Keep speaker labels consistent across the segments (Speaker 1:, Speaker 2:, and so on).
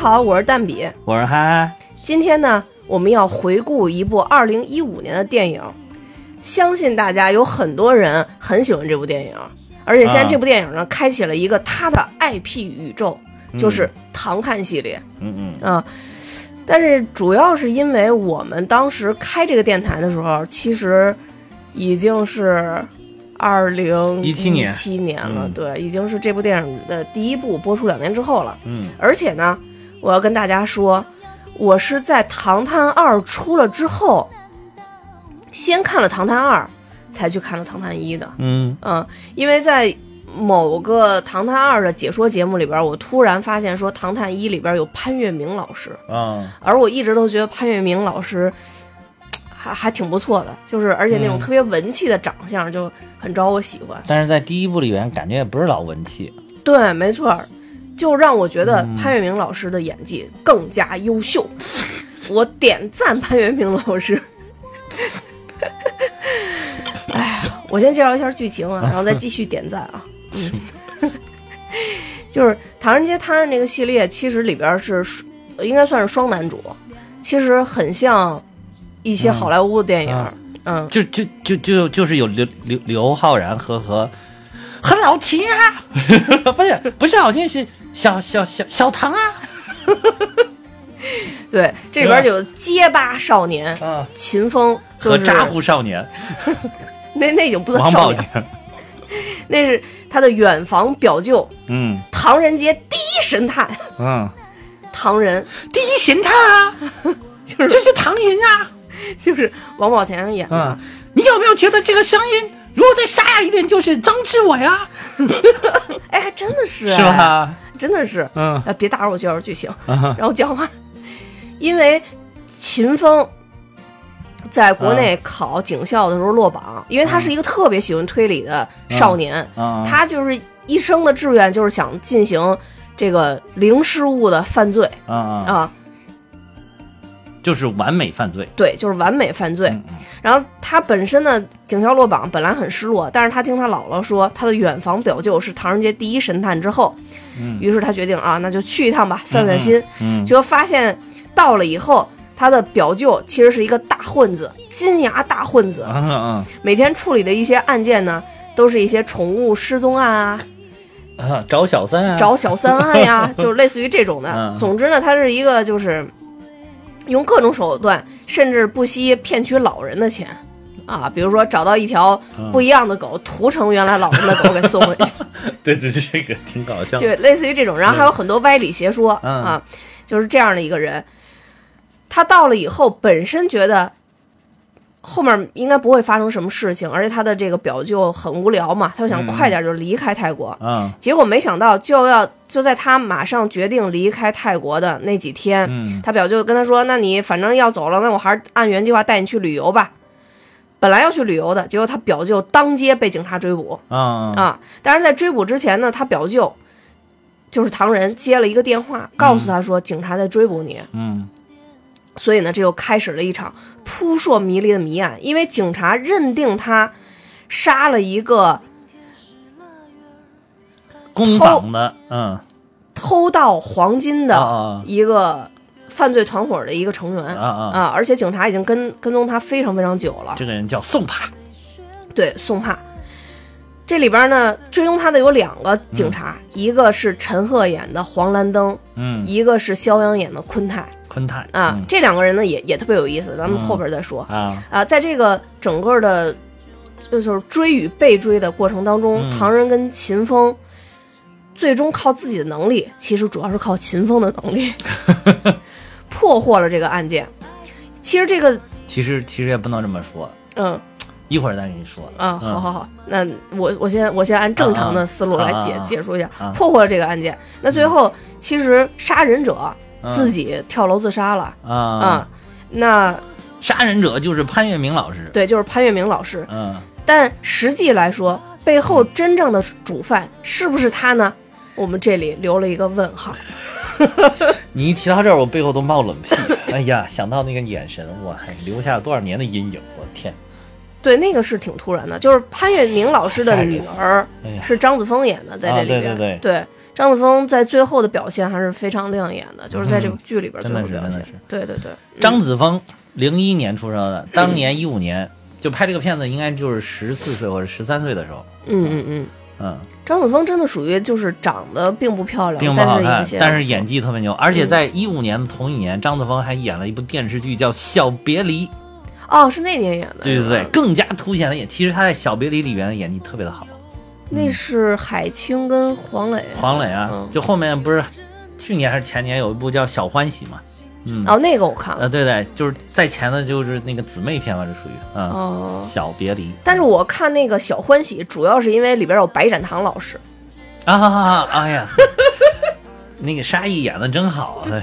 Speaker 1: 好，我是蛋比。
Speaker 2: 我是嗨嗨，
Speaker 1: 今天呢，我们要回顾一部二零一五年的电影，相信大家有很多人很喜欢这部电影，而且现在
Speaker 2: 啊
Speaker 1: 这部电影呢，开启了一个它的 IP 宇宙，就是《唐探》系列
Speaker 2: 嗯嗯，
Speaker 1: 啊。但是主要是因为我们当时开这个电台的时候，其实已经是二零
Speaker 2: 17年
Speaker 1: 七年了，
Speaker 2: 嗯
Speaker 1: 对，已经是这部电影的第一部播出两年之后了。
Speaker 2: 嗯，
Speaker 1: 而且呢，我要跟大家说，我是在《唐探二》出了之后，先看了《唐探二》，才去看了《唐探一》的。
Speaker 2: 嗯，
Speaker 1: 嗯，因为在某个《唐探二》的解说节目里边，我突然发现说，《唐探一》里边有潘粤明老师，
Speaker 2: 啊，
Speaker 1: 而我一直都觉得潘粤明老师。还还挺不错的，就是而且那种
Speaker 2: 嗯
Speaker 1: 特别文气的长相就很招我喜欢。
Speaker 2: 但是在第一部里面感觉也不是老文气，
Speaker 1: 对，没错儿，就让我觉
Speaker 2: 嗯
Speaker 1: 得潘粤明老师的演技更加优秀。 我点赞潘粤明老师。 哎呀，我先介绍一下剧情啊，然后再继续点赞啊。嗯， 就是《唐人街探案》这个系列，其实里边是应该算是双男主，其实很像一
Speaker 2: 嗯
Speaker 1: 些好莱坞的电影
Speaker 2: 啊
Speaker 1: 儿。嗯，
Speaker 2: 就就就就就是有刘刘刘昊然和和和老秦 啊，不是不是老秦是小小小小唐啊，
Speaker 1: 对，这里边有结巴少年
Speaker 2: 啊，
Speaker 1: 秦风，就
Speaker 2: 和
Speaker 1: 是
Speaker 2: 扎呼少年
Speaker 1: 那那已经不算
Speaker 2: 王
Speaker 1: 少
Speaker 2: 宝
Speaker 1: 年了
Speaker 2: 强，
Speaker 1: 那是他的远房表舅，
Speaker 2: 嗯
Speaker 1: 唐人街第一神探
Speaker 2: 嗯，
Speaker 1: 唐人，
Speaker 2: 第一神探啊， 就是这是唐寅啊，
Speaker 1: 就是王宝强演的。
Speaker 2: 嗯，你有没有觉得这个声音如果再沙哑一点就是张志伟啊，
Speaker 1: 哎，还真的是、哎
Speaker 2: 是？吧？
Speaker 1: 真的是，
Speaker 2: 嗯
Speaker 1: 啊，别打扰我介绍剧情，
Speaker 2: 啊
Speaker 1: 然后讲完。因为秦风在国内考警校的时候落榜，因为他是一个特别喜欢推理的少年，
Speaker 2: 啊，
Speaker 1: 他就是一生的志愿就是想进行这个零失误的犯罪
Speaker 2: 啊啊，
Speaker 1: 啊，
Speaker 2: 就是完美犯罪，
Speaker 1: 对，就是完美犯罪。
Speaker 2: 嗯嗯
Speaker 1: 然后他本身呢，警校落榜，本来很失落，但是他听他姥姥说他的远房表舅是唐人街第一神探之后，
Speaker 2: 嗯
Speaker 1: 于是他决定啊，那就去一趟吧，散散心。
Speaker 2: 嗯，
Speaker 1: 结果发现到了以后，他的表舅其实是一个大混子，金牙大混子，
Speaker 2: 嗯嗯
Speaker 1: 每天处理的一些案件呢，都是一些宠物失踪案啊，
Speaker 2: 嗯啊，找小三啊，
Speaker 1: 找小三案 呀，就类似于这种的
Speaker 2: 嗯。
Speaker 1: 总之呢，他是一个就是用各种手段，甚至不惜骗取老人的钱啊，比如说找到一条
Speaker 2: 嗯
Speaker 1: 不一样的狗，屠城原来老人的狗给送 回去，
Speaker 2: 对对对，这个挺搞笑
Speaker 1: 就类似于这种。然后还有很多歪理邪说
Speaker 2: 嗯
Speaker 1: 啊，就是这样的一个人。他到了以后，本身觉得。后面应该不会发生什么事情，而且他的这个表舅很无聊嘛，他就想
Speaker 2: 嗯
Speaker 1: 快点就离开泰国。
Speaker 2: 啊，
Speaker 1: 结果没想到就要就在他马上决定离开泰国的那几天，
Speaker 2: 嗯
Speaker 1: 他表舅跟他说：“那你反正要走了，那我还是按原计划带你去旅游吧。”本来要去旅游的，结果他表舅当街被警察追捕
Speaker 2: 啊
Speaker 1: 啊！但是在追捕之前呢，他表舅就是唐人接了一个电话，告诉他说警察在追捕你，
Speaker 2: 嗯
Speaker 1: 所以呢，这又开始了一场扑朔迷离的谜案，因为警察认定他杀了一个
Speaker 2: 工坊的嗯
Speaker 1: 偷盗黄金的。
Speaker 2: 啊啊
Speaker 1: 一个犯罪团伙的一个成员
Speaker 2: 啊啊，
Speaker 1: 啊，而且警察已经跟跟踪他非常非常久了。
Speaker 2: 这个人叫宋帕，
Speaker 1: 对，宋帕，这里边呢追踪他的有两个警察，一个是陈赫演的黄兰登，
Speaker 2: 嗯，
Speaker 1: 一个是肖央演的昆泰
Speaker 2: 昆泰
Speaker 1: 啊。
Speaker 2: 嗯
Speaker 1: 这两个人呢也也特别有意思，咱们后边再说、
Speaker 2: 啊，
Speaker 1: 啊。在这个整个的，呃就是追与被追的过程当中，
Speaker 2: 嗯
Speaker 1: 唐人跟秦风。最终靠自己的能力，其实主要是靠秦风的能 力，破获了这个案件。其实这个，
Speaker 2: 其实其实也不能这么说，
Speaker 1: 嗯
Speaker 2: 一会儿再跟你说
Speaker 1: 啊，
Speaker 2: 嗯
Speaker 1: 好好好，那我我先我先按正常的思路来解
Speaker 2: 啊啊啊
Speaker 1: 解说一下
Speaker 2: 啊，
Speaker 1: 破获了这个案件。那最后其实杀人者
Speaker 2: 嗯
Speaker 1: 自己跳楼自杀了
Speaker 2: 啊
Speaker 1: 啊，，那
Speaker 2: 杀人者就是潘粤明老师，
Speaker 1: 对，就是潘粤明老师。
Speaker 2: 嗯
Speaker 1: 但实际来说，背后真正的主犯是不是他呢？我们这里留了一个问号。
Speaker 2: 你一提到这儿，我背后都冒冷 气。哎呀，想到那个眼神，我还留下多少年的阴影，我天！
Speaker 1: 对，那个是挺突然的，就是潘粤明老师的
Speaker 2: 吓人
Speaker 1: 女儿
Speaker 2: 哎呀
Speaker 1: 是张子枫演的，在
Speaker 2: 啊
Speaker 1: 这里边、
Speaker 2: 对对
Speaker 1: 对张子枫在最后的表现还是非常亮眼的，就是在这部剧里边
Speaker 2: 真
Speaker 1: 最
Speaker 2: 的
Speaker 1: 后
Speaker 2: 是
Speaker 1: 表
Speaker 2: 嗯真的
Speaker 1: 现。
Speaker 2: 是
Speaker 1: 对对对，
Speaker 2: 张子枫零一年出生的，当年一五年就拍这个片子，应该就是十四岁或者十三岁的时候。
Speaker 1: 嗯嗯嗯，
Speaker 2: 嗯，
Speaker 1: 张子枫真的属于就是长得并不漂亮，
Speaker 2: 并不好
Speaker 1: 但
Speaker 2: 看
Speaker 1: 是，嗯
Speaker 2: 但是演技特别牛。而且在一五年的同一年，张子枫还演了一部电视剧叫《小别离》，
Speaker 1: 哦是那年演的，
Speaker 2: 对对
Speaker 1: 是
Speaker 2: 对
Speaker 1: 吧，
Speaker 2: 更加凸显了演。其实他在《小别离》里面的演技特别的好。
Speaker 1: 那是海清跟黄磊，
Speaker 2: 黄磊啊
Speaker 1: 嗯，
Speaker 2: 就后面不是去年还是前年有一部叫《小欢喜》嘛？嗯，
Speaker 1: 哦那个我看了
Speaker 2: 呃，，对对，就是在前的就是那个姊妹片嘛，这属于嗯，
Speaker 1: 哦。
Speaker 2: 小别离》
Speaker 1: 但是我看那个《小欢喜》，主要是因为里边有白展堂老师，
Speaker 2: 啊啊啊！啊哎呀， 那个沙溢演的 真好，哎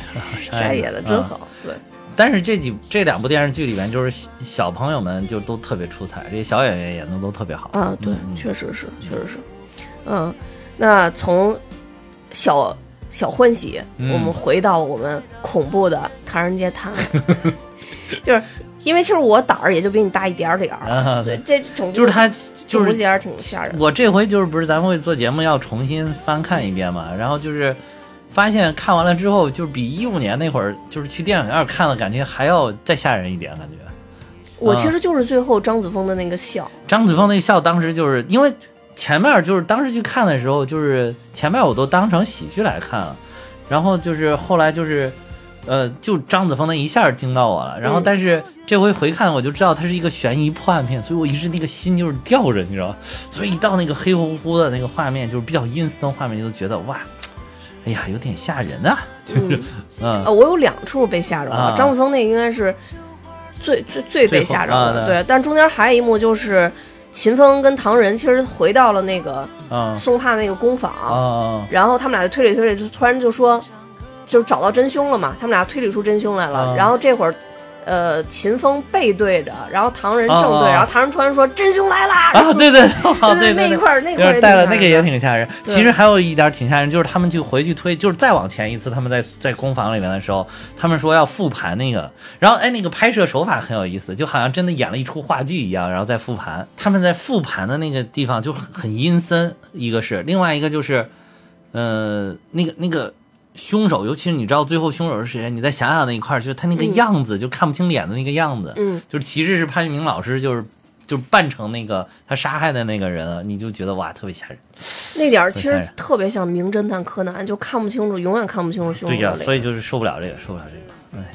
Speaker 1: 谁演的真。
Speaker 2: 啊
Speaker 1: 好。对，
Speaker 2: 但是这几这两部电视剧里面，就是小小朋友们就都特别出彩，这些小演员演的都特别好。
Speaker 1: 啊，对
Speaker 2: 嗯，
Speaker 1: 确实是，确实是。嗯，那从小小欢喜，
Speaker 2: 嗯
Speaker 1: 我们回到我们恐怖的《唐人街探 案》，就是因为其实我胆儿也就比你大一点儿点儿，
Speaker 2: 啊，
Speaker 1: 所以
Speaker 2: 对，
Speaker 1: 这种
Speaker 2: 就是他就
Speaker 1: 恐怖
Speaker 2: 是
Speaker 1: 节还是挺吓人的。
Speaker 2: 我这回就是不是咱们会做节目要重新翻看一遍嘛，然后就是发现看完了之后，就是比一五年那会儿就是去电影院看了，感觉还要再吓人一点，感觉。
Speaker 1: 我
Speaker 2: 啊
Speaker 1: 其实就是最后张子枫的那个笑，
Speaker 2: 张子枫那笑，当时就是因为前面就是当时去看的时候，就是前面我都当成喜剧来看了，然后就是后来就是，呃，就张子枫那一下惊到我了，然
Speaker 1: 嗯
Speaker 2: 后但是这回回看我就知道它是一个悬疑破案片，所以我一直那个心就是吊着，你知道吗？所以一到那个黑乎乎的那个画面，就是比较阴森的画面，就觉得哇，哎呀，有点吓人啊，就是
Speaker 1: 嗯，
Speaker 2: 嗯
Speaker 1: 啊，我有两处被吓着了
Speaker 2: 啊，
Speaker 1: 张子枫那应该是最最最被吓着
Speaker 2: 最后啊
Speaker 1: 的，
Speaker 2: 对
Speaker 1: 对。但中间还有一幕就是秦风跟唐仁其实回到了那个
Speaker 2: 嗯
Speaker 1: 松帕那个工坊，
Speaker 2: 啊啊
Speaker 1: 然后他们俩就推理推理，就突然就说，就找到真凶了嘛。他们俩推理出真凶来了。
Speaker 2: 啊
Speaker 1: 然后这会儿，呃，秦风背对着，然后唐人正对，
Speaker 2: 啊啊啊
Speaker 1: 然后唐人突然说真凶来啦。然后
Speaker 2: 啊，对对
Speaker 1: 对对
Speaker 2: 对对
Speaker 1: 那一
Speaker 2: 对。
Speaker 1: 块儿那一块
Speaker 2: 就
Speaker 1: 儿
Speaker 2: 是
Speaker 1: 挺
Speaker 2: 带了
Speaker 1: 吓
Speaker 2: 那个
Speaker 1: 人
Speaker 2: 也
Speaker 1: 的
Speaker 2: 挺吓人。
Speaker 1: 对
Speaker 2: 其实还有一点挺吓人，就是他们去回去推，就是再往前一次，他们在在工坊里面的时候，他们说要复盘那个，然后哎，那个拍摄手法很有意思，就好像真的演了一出话剧一样，然后再复盘。他们在复盘的那个地方就很很阴森，一个是，另外一个就是，呃，那个那个。凶手，尤其是你知道最后凶手是谁，你再想想那一块儿，就是他那个
Speaker 1: 嗯
Speaker 2: 样子，就看不清脸的那个样子，
Speaker 1: 嗯，
Speaker 2: 就是其实是潘粤明老师，就是就是扮成那个他杀害的那个人了，你就觉得哇，特别吓人。
Speaker 1: 那点儿其
Speaker 2: 很
Speaker 1: 实
Speaker 2: 吓人
Speaker 1: 特别像《名侦探柯南》，就看不清楚，永远看不清楚凶手
Speaker 2: 对呀、
Speaker 1: 的脸。
Speaker 2: 所以就是受不了这个，受不了这个。哎，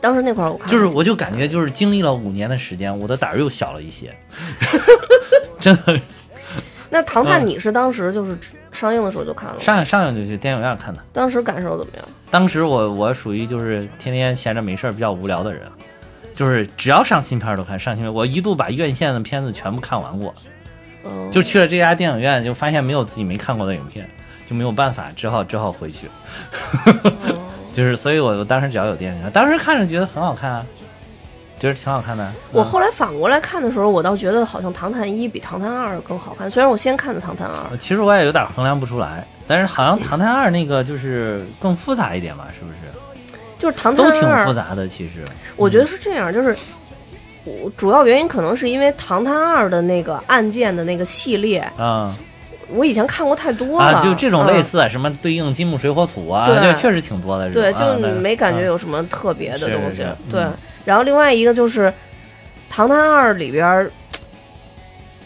Speaker 1: 当时那块儿我看
Speaker 2: 就是
Speaker 1: 了
Speaker 2: 我就感觉就是经历了五年的时间，我的胆儿又小了一些， 真的。
Speaker 1: 那《唐探》，
Speaker 2: 嗯
Speaker 1: 你是当时就是上映的时候就看了吗，
Speaker 2: 上上映就去电影院看的。
Speaker 1: 当时感受怎么样？
Speaker 2: 当时我我属于就是天天闲着没事儿比较无聊的人，就是只要上新片儿都看，上新片儿我一度把院线的片子全部看完过，
Speaker 1: 嗯，
Speaker 2: 就去了这家电影院，就发现没有自己没看过的影片，就没有办法，只好只好回去。
Speaker 1: 哦
Speaker 2: 就是，所以我我当时只要有电影院，当时看着觉得很好看啊，觉得挺好看的。
Speaker 1: 我
Speaker 2: 嗯
Speaker 1: 后来反过来看的时候，我倒觉得好像《唐探一》比《唐探二》更好看。虽然我先看的《唐探二》，
Speaker 2: 嗯其实我也有点衡量不出来，但是好像《唐探二》那个就是更复杂一点吧，是不是？
Speaker 1: 就是《唐探
Speaker 2: 都挺
Speaker 1: 二
Speaker 2: 复》，杂的，其实。
Speaker 1: 我觉得是这样，就是我主要原因可能是因为《唐探二》的那个案件的那个系列，
Speaker 2: 啊、
Speaker 1: 我以前看过太多了，
Speaker 2: 啊，就这种
Speaker 1: 嗯
Speaker 2: 类。似啊，什么对应金木水火土啊，
Speaker 1: 对
Speaker 2: 这确实挺多的。
Speaker 1: 对，
Speaker 2: 这种啊
Speaker 1: 就
Speaker 2: 对
Speaker 1: 没感觉
Speaker 2: 嗯
Speaker 1: 有什么特别的
Speaker 2: 是
Speaker 1: 东
Speaker 2: 是
Speaker 1: 西。
Speaker 2: 是
Speaker 1: 对
Speaker 2: 嗯，
Speaker 1: 然后另外一个就是《唐探二》里边儿，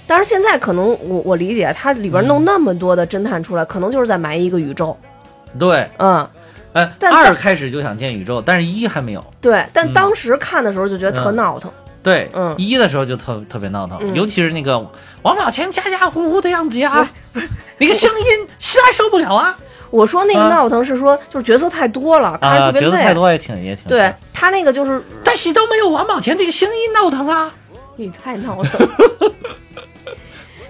Speaker 1: 当然现在可能我我理解它里边
Speaker 2: 嗯
Speaker 1: 弄那么多的侦探出来，可能就是在埋一个宇宙。
Speaker 2: 对，
Speaker 1: 嗯，
Speaker 2: 哎，
Speaker 1: 但
Speaker 2: 二开始就想建宇宙，但是一还没有。
Speaker 1: 对，但
Speaker 2: 嗯
Speaker 1: 当时看的时候就觉得特
Speaker 2: 嗯
Speaker 1: 闹腾。
Speaker 2: 对，
Speaker 1: 嗯
Speaker 2: 一的时候就特特别闹腾，
Speaker 1: 嗯
Speaker 2: 尤其是那个王宝强家家户户的样子呀， 那个声音实在受不了啊！
Speaker 1: 我说那个
Speaker 2: 啊
Speaker 1: 闹腾是说，就是角色太多了，看着
Speaker 2: 啊，
Speaker 1: 特别
Speaker 2: 角色
Speaker 1: 累。
Speaker 2: 太多也挺也挺
Speaker 1: 对，他那个就是
Speaker 2: 但是都没有王宝强这个声音闹腾啊。
Speaker 1: 你太闹腾 了，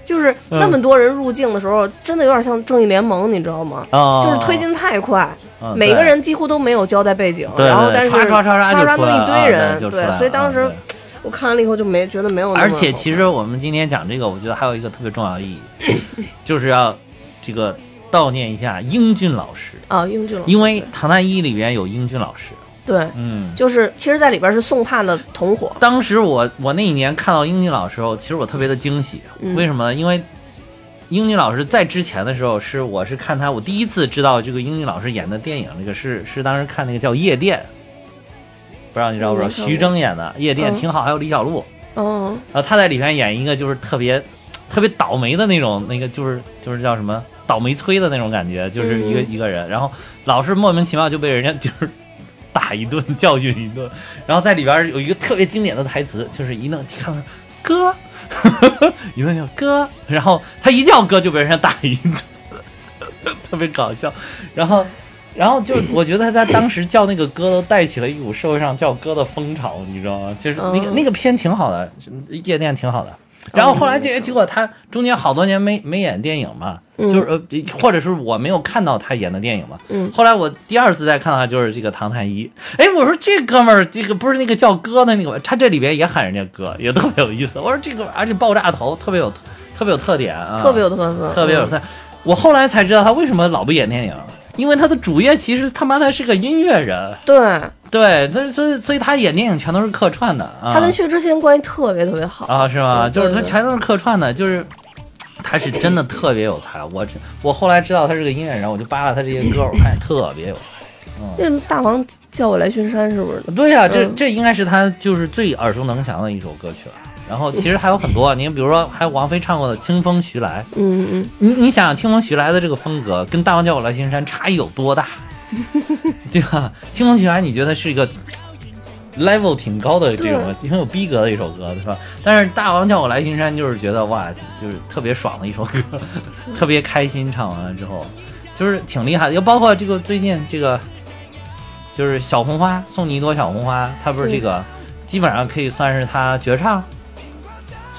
Speaker 1: 就是
Speaker 2: 嗯
Speaker 1: 那么多人入境的时候，真的有点像正义联盟，你知道吗？
Speaker 2: 啊，
Speaker 1: 就是推进太快，
Speaker 2: 嗯
Speaker 1: 每个
Speaker 2: 对
Speaker 1: 人几乎都没有交代背景，
Speaker 2: 对对
Speaker 1: 然后
Speaker 2: 对
Speaker 1: 但是
Speaker 2: 唰唰唰
Speaker 1: 唰都
Speaker 2: 唰就出来
Speaker 1: 一
Speaker 2: 了
Speaker 1: 堆人，
Speaker 2: 啊对就出
Speaker 1: 对
Speaker 2: 来了
Speaker 1: 所以当时
Speaker 2: 啊
Speaker 1: 我看完了以后就没觉得没有那么
Speaker 2: 而
Speaker 1: 好。
Speaker 2: 且其实我们今天讲这个，我觉得还有一个特别重要的意义， 就是要这个悼念一下英俊老师，
Speaker 1: 啊，英俊了，
Speaker 2: 因为《唐探一》里边有英俊老师。
Speaker 1: 对，
Speaker 2: 嗯，
Speaker 1: 就是其实，在里边是宋盼的同伙，
Speaker 2: 当时我我那一年看到英俊老师后，其实我特别的惊喜，
Speaker 1: 嗯
Speaker 2: 为什么呢？因为英俊老师在之前的时候是我是看他，我第一次知道这个英俊老师演的电影，这个是是当时看那个叫《夜店》，不知道你知道不知道？
Speaker 1: 嗯没看过
Speaker 2: 徐峥演的《夜店》
Speaker 1: 嗯
Speaker 2: 挺好，还有李小璐，
Speaker 1: 嗯，
Speaker 2: 然后他在里面演一个就是特别特别倒霉的那种，那个就是就是叫什么倒霉催的那种感觉，就是一个、
Speaker 1: 嗯
Speaker 2: 一个人，然后老是莫名其妙就被人家就是打一顿教训一顿，然后在里边有一个特别经典的台词，就是一弄看到哥， 一弄叫哥，然后他一叫哥就被人家打一顿， 特别搞笑，然后。然后就是，我觉得他当时叫那个歌都带起了一股社会上叫歌的风潮，你知道吗？就是那个、
Speaker 1: 嗯
Speaker 2: 那个片挺好的，夜店挺
Speaker 1: 哦
Speaker 2: 好的。然后后来这结果他中间好多年没没演电影嘛，
Speaker 1: 嗯
Speaker 2: 就是呃，或者是我没有看到他演的电影嘛。
Speaker 1: 嗯
Speaker 2: 后来我第二次再看到他就是这个唐探一，哎，我说这哥们儿这个不是那个叫哥的那个吗，他这里边也喊人家哥，也特别有意思。我说这个而且爆炸头特别有特别有特点啊，
Speaker 1: 特别有特色，
Speaker 2: 特别有
Speaker 1: 嗯
Speaker 2: 才。我后来才知道他为什么老不演电影，因为他的主业其实他妈他是个音乐人，啊
Speaker 1: 对，
Speaker 2: 对，所以所以所以他演电影全都是客串的啊。
Speaker 1: 他跟薛之谦关系特别特别好
Speaker 2: 啊，是吗？
Speaker 1: 对
Speaker 2: 就是他
Speaker 1: 对
Speaker 2: 全都是客串的，就是他是真的特别有才。我这我后来知道他是个音乐人，我就扒拉他这些歌，我发现特别有才。
Speaker 1: 这大王叫我来巡山是不是？
Speaker 2: 对呀、这
Speaker 1: 嗯
Speaker 2: 这应该是他就是最耳熟能详的一首歌曲了。然后其实还有很多，您比如说还有王菲唱过的《清风徐来》，
Speaker 1: 嗯嗯，
Speaker 2: 你你想想清风徐来的这个风格跟《大王叫我来巡山》差异有多大，对吧？清风徐来你觉得是一个 level 挺高的这种挺有逼格的一首歌，对吧？但是《大王叫我来巡山》就是觉得哇，就是特别爽的一首歌， 特别开心，唱完了之后就是挺厉害的。要包括这个最近这个就是小红花送你一朵小红花，他不是这个基本上可以算是他绝唱。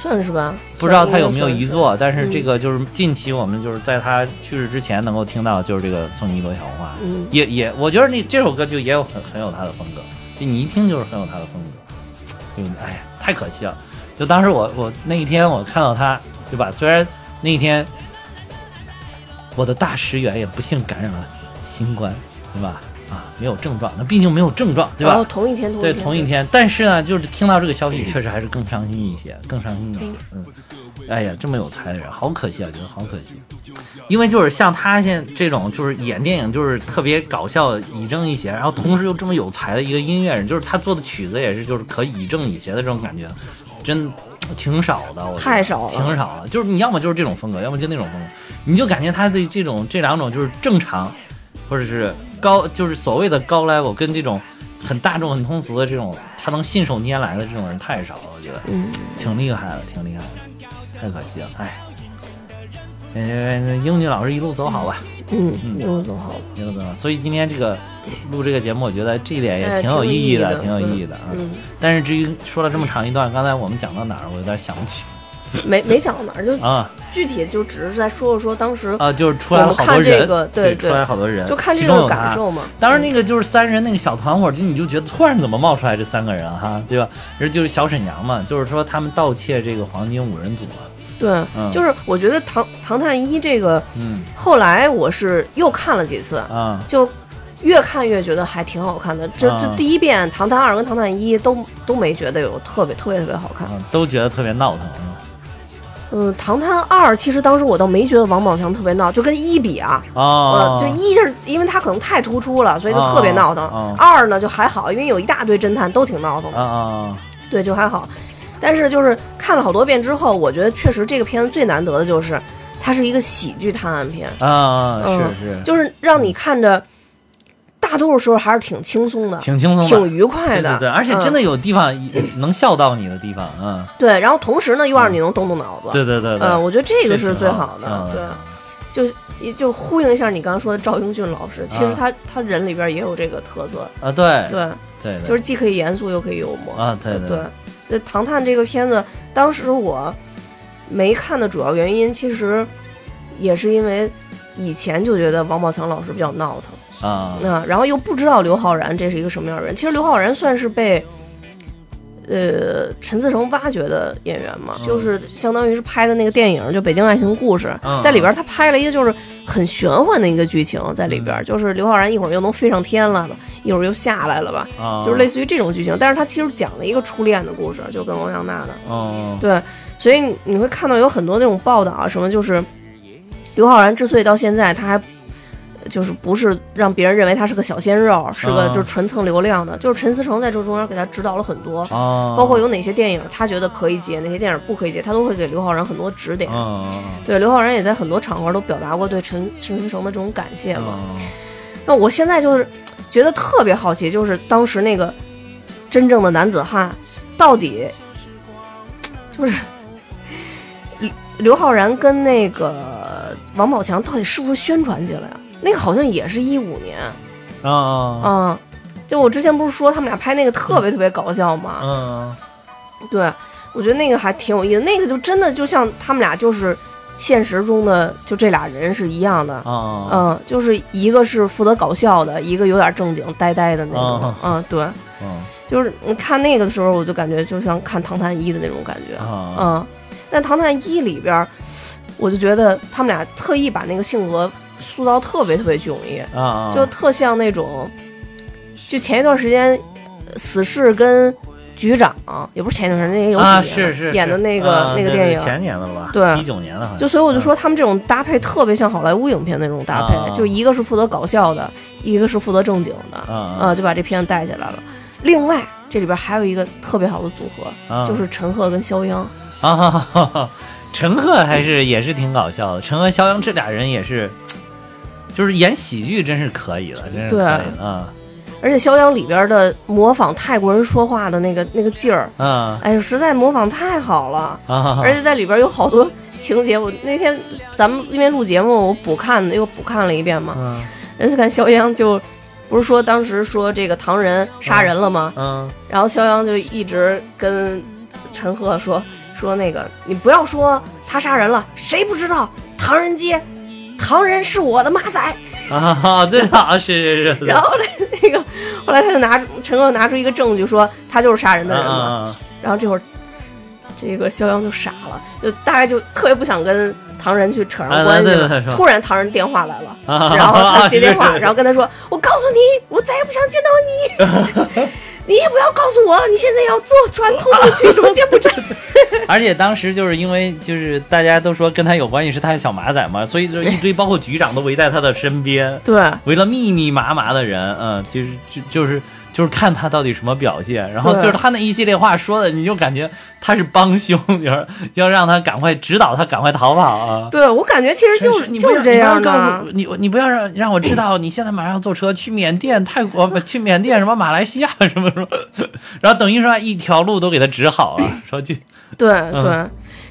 Speaker 1: 算是吧。
Speaker 2: 不知道
Speaker 1: 算
Speaker 2: 他
Speaker 1: 是
Speaker 2: 有没有
Speaker 1: 算
Speaker 2: 遗
Speaker 1: 是
Speaker 2: 作，但是这个就是近期我们就是在他去世之前能够听到，就是这个《送你一朵小红花》
Speaker 1: 嗯
Speaker 2: 也也，我觉得那这首歌就也有很很有他的风格，就你一听就是很有他的风格，就哎呀，太可惜了。就当时我我那一天我看到他，对吧？虽然那一天我的大石原也不幸感染了新冠，对吧？啊，没有症状，那毕竟没有症状，对吧？
Speaker 1: 然后同一天，
Speaker 2: 对，
Speaker 1: 天
Speaker 2: 同一。天。但是呢，就是听到这个消息，确实还是更伤心一些，更伤心一些。嗯，哎呀，这么有才的人，好可惜啊，觉得好可惜。因为就是像他现在这种，就是演电影就是特别搞笑，以正一邪，然后同时又这么有才的一个音乐人，就是他做的曲子也是就是可以以正以邪的这种感觉，真挺少的，我觉得
Speaker 1: 太少了
Speaker 2: 挺少了。就是你要么就是这种风格，要么就那种风格，你就感觉他的这种这两种就是正常，或者是高，就是所谓的高 level 跟这种很大众、很通俗的这种，他能信手拈来的这种人太少了，我觉得，
Speaker 1: 嗯，
Speaker 2: 挺厉害的，挺厉害的，太可惜了，哎。那那那英俊老师一路走好吧，
Speaker 1: 嗯，又走好了。
Speaker 2: 一路走好。所以今天这个录这个节目，我觉得这一点也
Speaker 1: 哎
Speaker 2: 挺有意义的，挺
Speaker 1: 挺
Speaker 2: 有
Speaker 1: 有
Speaker 2: 意
Speaker 1: 意
Speaker 2: 义
Speaker 1: 义
Speaker 2: 的啊。
Speaker 1: 嗯，
Speaker 2: 但是至于说了这么长一段，刚才我们讲到哪儿，我有点想不起
Speaker 1: 没没讲到哪儿，就
Speaker 2: 啊
Speaker 1: 具体就只是在说说当时
Speaker 2: 啊，就是出来了好
Speaker 1: 我
Speaker 2: 多
Speaker 1: 们看
Speaker 2: 人，
Speaker 1: 这个对
Speaker 2: 出
Speaker 1: 对
Speaker 2: 来好多人，
Speaker 1: 就看这
Speaker 2: 其中有
Speaker 1: 个感
Speaker 2: 他
Speaker 1: 受嘛。嗯
Speaker 2: 当然，那个就是三人那个小团伙，就你就觉得突然怎么冒出来这三个人哈，对吧？人就是小沈阳嘛，就是说他们盗窃这个黄金五人组嘛，
Speaker 1: 对
Speaker 2: 嗯，
Speaker 1: 就是我觉得唐《唐探一》这个，
Speaker 2: 嗯
Speaker 1: 后来我是又看了几次，
Speaker 2: 啊
Speaker 1: 就越看越觉得还挺好看的。这
Speaker 2: 啊
Speaker 1: 这第一遍《唐探二》跟《唐探一》都都没觉得有特别特别特别好看。
Speaker 2: 啊，都觉得特别闹腾啊
Speaker 1: 嗯，《唐探二》其实当时我倒没觉得王宝强特别闹，就跟一比啊，
Speaker 2: 啊
Speaker 1: 呃，就一就是因为他可能太突出了，所以就特别闹腾。
Speaker 2: 啊啊
Speaker 1: 二呢就还好，因为有一大堆侦探都挺闹腾的，
Speaker 2: 啊啊
Speaker 1: 对，就还好。但是就是看了好多遍之后，我觉得确实这个片子最难得的就是它是一个喜剧探案片，
Speaker 2: 啊啊，
Speaker 1: 嗯
Speaker 2: 是是，
Speaker 1: 就是让你看着大多数时候还是挺轻松的，
Speaker 2: 挺轻松的
Speaker 1: 挺。愉快
Speaker 2: 对
Speaker 1: 的，
Speaker 2: 对对，而且
Speaker 1: 嗯
Speaker 2: 真的有地方能笑到你的地方，嗯，
Speaker 1: 对。然后同时呢，又让你能动动脑子，
Speaker 2: 对对对对，
Speaker 1: 嗯，我觉得这个
Speaker 2: 这挺
Speaker 1: 是最
Speaker 2: 好嗯
Speaker 1: 好
Speaker 2: 挺好的
Speaker 1: 的，对。就也就呼应一下你刚刚说的赵英俊老师，其
Speaker 2: 啊
Speaker 1: 实他、他人里边也有这个特色，
Speaker 2: 啊对
Speaker 1: 对，
Speaker 2: 对对，
Speaker 1: 就是既可以严肃又可以幽默。
Speaker 2: 啊对对
Speaker 1: 对，那《唐探》这个片子，当时我没看的主要原因，其实也是因为以前就觉得王宝强老师比较闹腾，
Speaker 2: 啊
Speaker 1: 那、然后又不知道刘昊然这是一个什么样的人。其实刘昊然算是被。呃，陈思诚挖掘的演员嘛，
Speaker 2: 嗯
Speaker 1: 就是相当于是拍的那个电影，就《北京爱情故事》
Speaker 2: 嗯
Speaker 1: 在里边他拍了一个就是很玄幻的一个剧情，在里
Speaker 2: 嗯
Speaker 1: 边、就是刘昊然一会儿又能飞上天了吧，一会儿又下来了吧，
Speaker 2: 啊，
Speaker 1: 就是类似于这种剧情，但是它其实讲了一个初恋的故事，就跟欧阳娜娜的，
Speaker 2: 哦
Speaker 1: 对，所以你会看到有很多那种报道啊，什么就是刘昊然之所以到现在他还就是不是让别人认为他是个小鲜肉，是个
Speaker 2: 嗯
Speaker 1: 就纯蹭流量的，就是陈思诚在这中间给他指导了很多，
Speaker 2: 哦，
Speaker 1: 包括有哪些电影他觉得可以接，哪些电影不可以接，他都会给刘昊然很多指点。
Speaker 2: 嗯，
Speaker 1: 对，刘昊然也在很多场合都表达过对陈陈思诚的这种感谢
Speaker 2: 嗯
Speaker 1: 嘛。
Speaker 2: 嗯
Speaker 1: 那我现在就是觉得特别好奇，就是当时那个真正的男子汉，到底就是刘刘昊然跟那个王宝强到底是不是宣传起来啊？那个好像也是一五年
Speaker 2: 嗯嗯
Speaker 1: 啊、就我之前不是说他们俩拍那个特别特别搞笑吗？
Speaker 2: 嗯
Speaker 1: 对，我觉得那个还挺有意思，那个就真的就像他们俩就是现实中的就这俩人是一样的，
Speaker 2: 嗯嗯
Speaker 1: 嗯，就是一个是负责搞笑的，一个有点正经呆呆的那种
Speaker 2: 哦。
Speaker 1: 嗯，对，
Speaker 2: 嗯
Speaker 1: 就是你看那个的时候，我就感觉就像看《唐探一》的那种感觉。
Speaker 2: 嗯
Speaker 1: 嗯，但《唐探一》里边儿，我就觉得他们俩特意把那个性格塑造特别特别迥异，
Speaker 2: 嗯，
Speaker 1: 就特像那种，就前一段时间呃死侍跟局长，也不是前一段时间，那也有几年了、
Speaker 2: 啊是是
Speaker 1: 演的
Speaker 2: 是
Speaker 1: 那个、
Speaker 2: 嗯
Speaker 1: 那个
Speaker 2: 对
Speaker 1: 电
Speaker 2: 对
Speaker 1: 影，
Speaker 2: 前年的吧，
Speaker 1: 对
Speaker 2: 一九年的好像，
Speaker 1: 就所以我就说他们这种搭配特别像好莱坞影片那种搭配，
Speaker 2: 啊
Speaker 1: 就一个是负责搞笑的，一个是负责正经的，
Speaker 2: 嗯嗯
Speaker 1: 啊，就把这片子带起来了。另外这里边还有一个特别好的组合，
Speaker 2: 啊
Speaker 1: 就是陈赫跟肖央，
Speaker 2: 啊哈哈哈，陈赫还是也是挺搞笑的，陈赫、肖央这俩人也是，就是演喜剧真是可以了，真是可以
Speaker 1: 对
Speaker 2: 了啊
Speaker 1: 而且肖央里边的模仿泰国人说话的那个那个劲儿，
Speaker 2: 啊
Speaker 1: 哎呦，实在模仿太好了。
Speaker 2: 啊！
Speaker 1: 而且在里边有好多情节，我那天咱们因为录节目，我补看又补看了一遍嘛。
Speaker 2: 嗯
Speaker 1: 人家看肖央就不是说当时说这个唐人杀人了吗？
Speaker 2: 嗯
Speaker 1: 然后肖央就一直跟陈赫说说那个，你不要说他杀人了，谁不知道唐人街，唐人是我的马仔。
Speaker 2: 啊哈，对啊，是是是，
Speaker 1: 然后那那个后来他就拿出陈赫拿出一个证据说他就是杀人的人嘛。
Speaker 2: 啊
Speaker 1: 然后这会儿这个肖央就傻了，就大概就特别不想跟唐人去扯上
Speaker 2: 啊
Speaker 1: 关系
Speaker 2: 对
Speaker 1: 了。
Speaker 2: 对对是
Speaker 1: 突然唐人电话来了。
Speaker 2: 啊，
Speaker 1: 然后他接电话，
Speaker 2: 是
Speaker 1: 然后跟他说：“我告诉你，我再也不想见到你，你 也不要告诉我，你现在要坐船通过去什么柬埔寨。
Speaker 2: 嗯而且当时就是因为就是大家都说跟他有关系是他是小马仔嘛，所以就一堆包括局长都围在他的身 边”，
Speaker 1: 对，
Speaker 2: 围了密密麻麻的人，嗯，就是就就是就是看他到底什么表现，然后
Speaker 1: 对
Speaker 2: 就是他那一系列话说的，你就感觉他是帮凶，就是要让他赶快指导他赶快逃跑啊。
Speaker 1: 对我感觉其实
Speaker 2: 真
Speaker 1: 就是
Speaker 2: 你不
Speaker 1: 就
Speaker 2: 要
Speaker 1: 是这样
Speaker 2: 你不要告
Speaker 1: 的啊
Speaker 2: 诉。你，你不要让让我知道你现在马上坐车去缅甸、 泰国，不去缅甸什么马来西亚什么什么，然后等于说一条路都给他指好了，说去
Speaker 1: 对
Speaker 2: 嗯
Speaker 1: 对，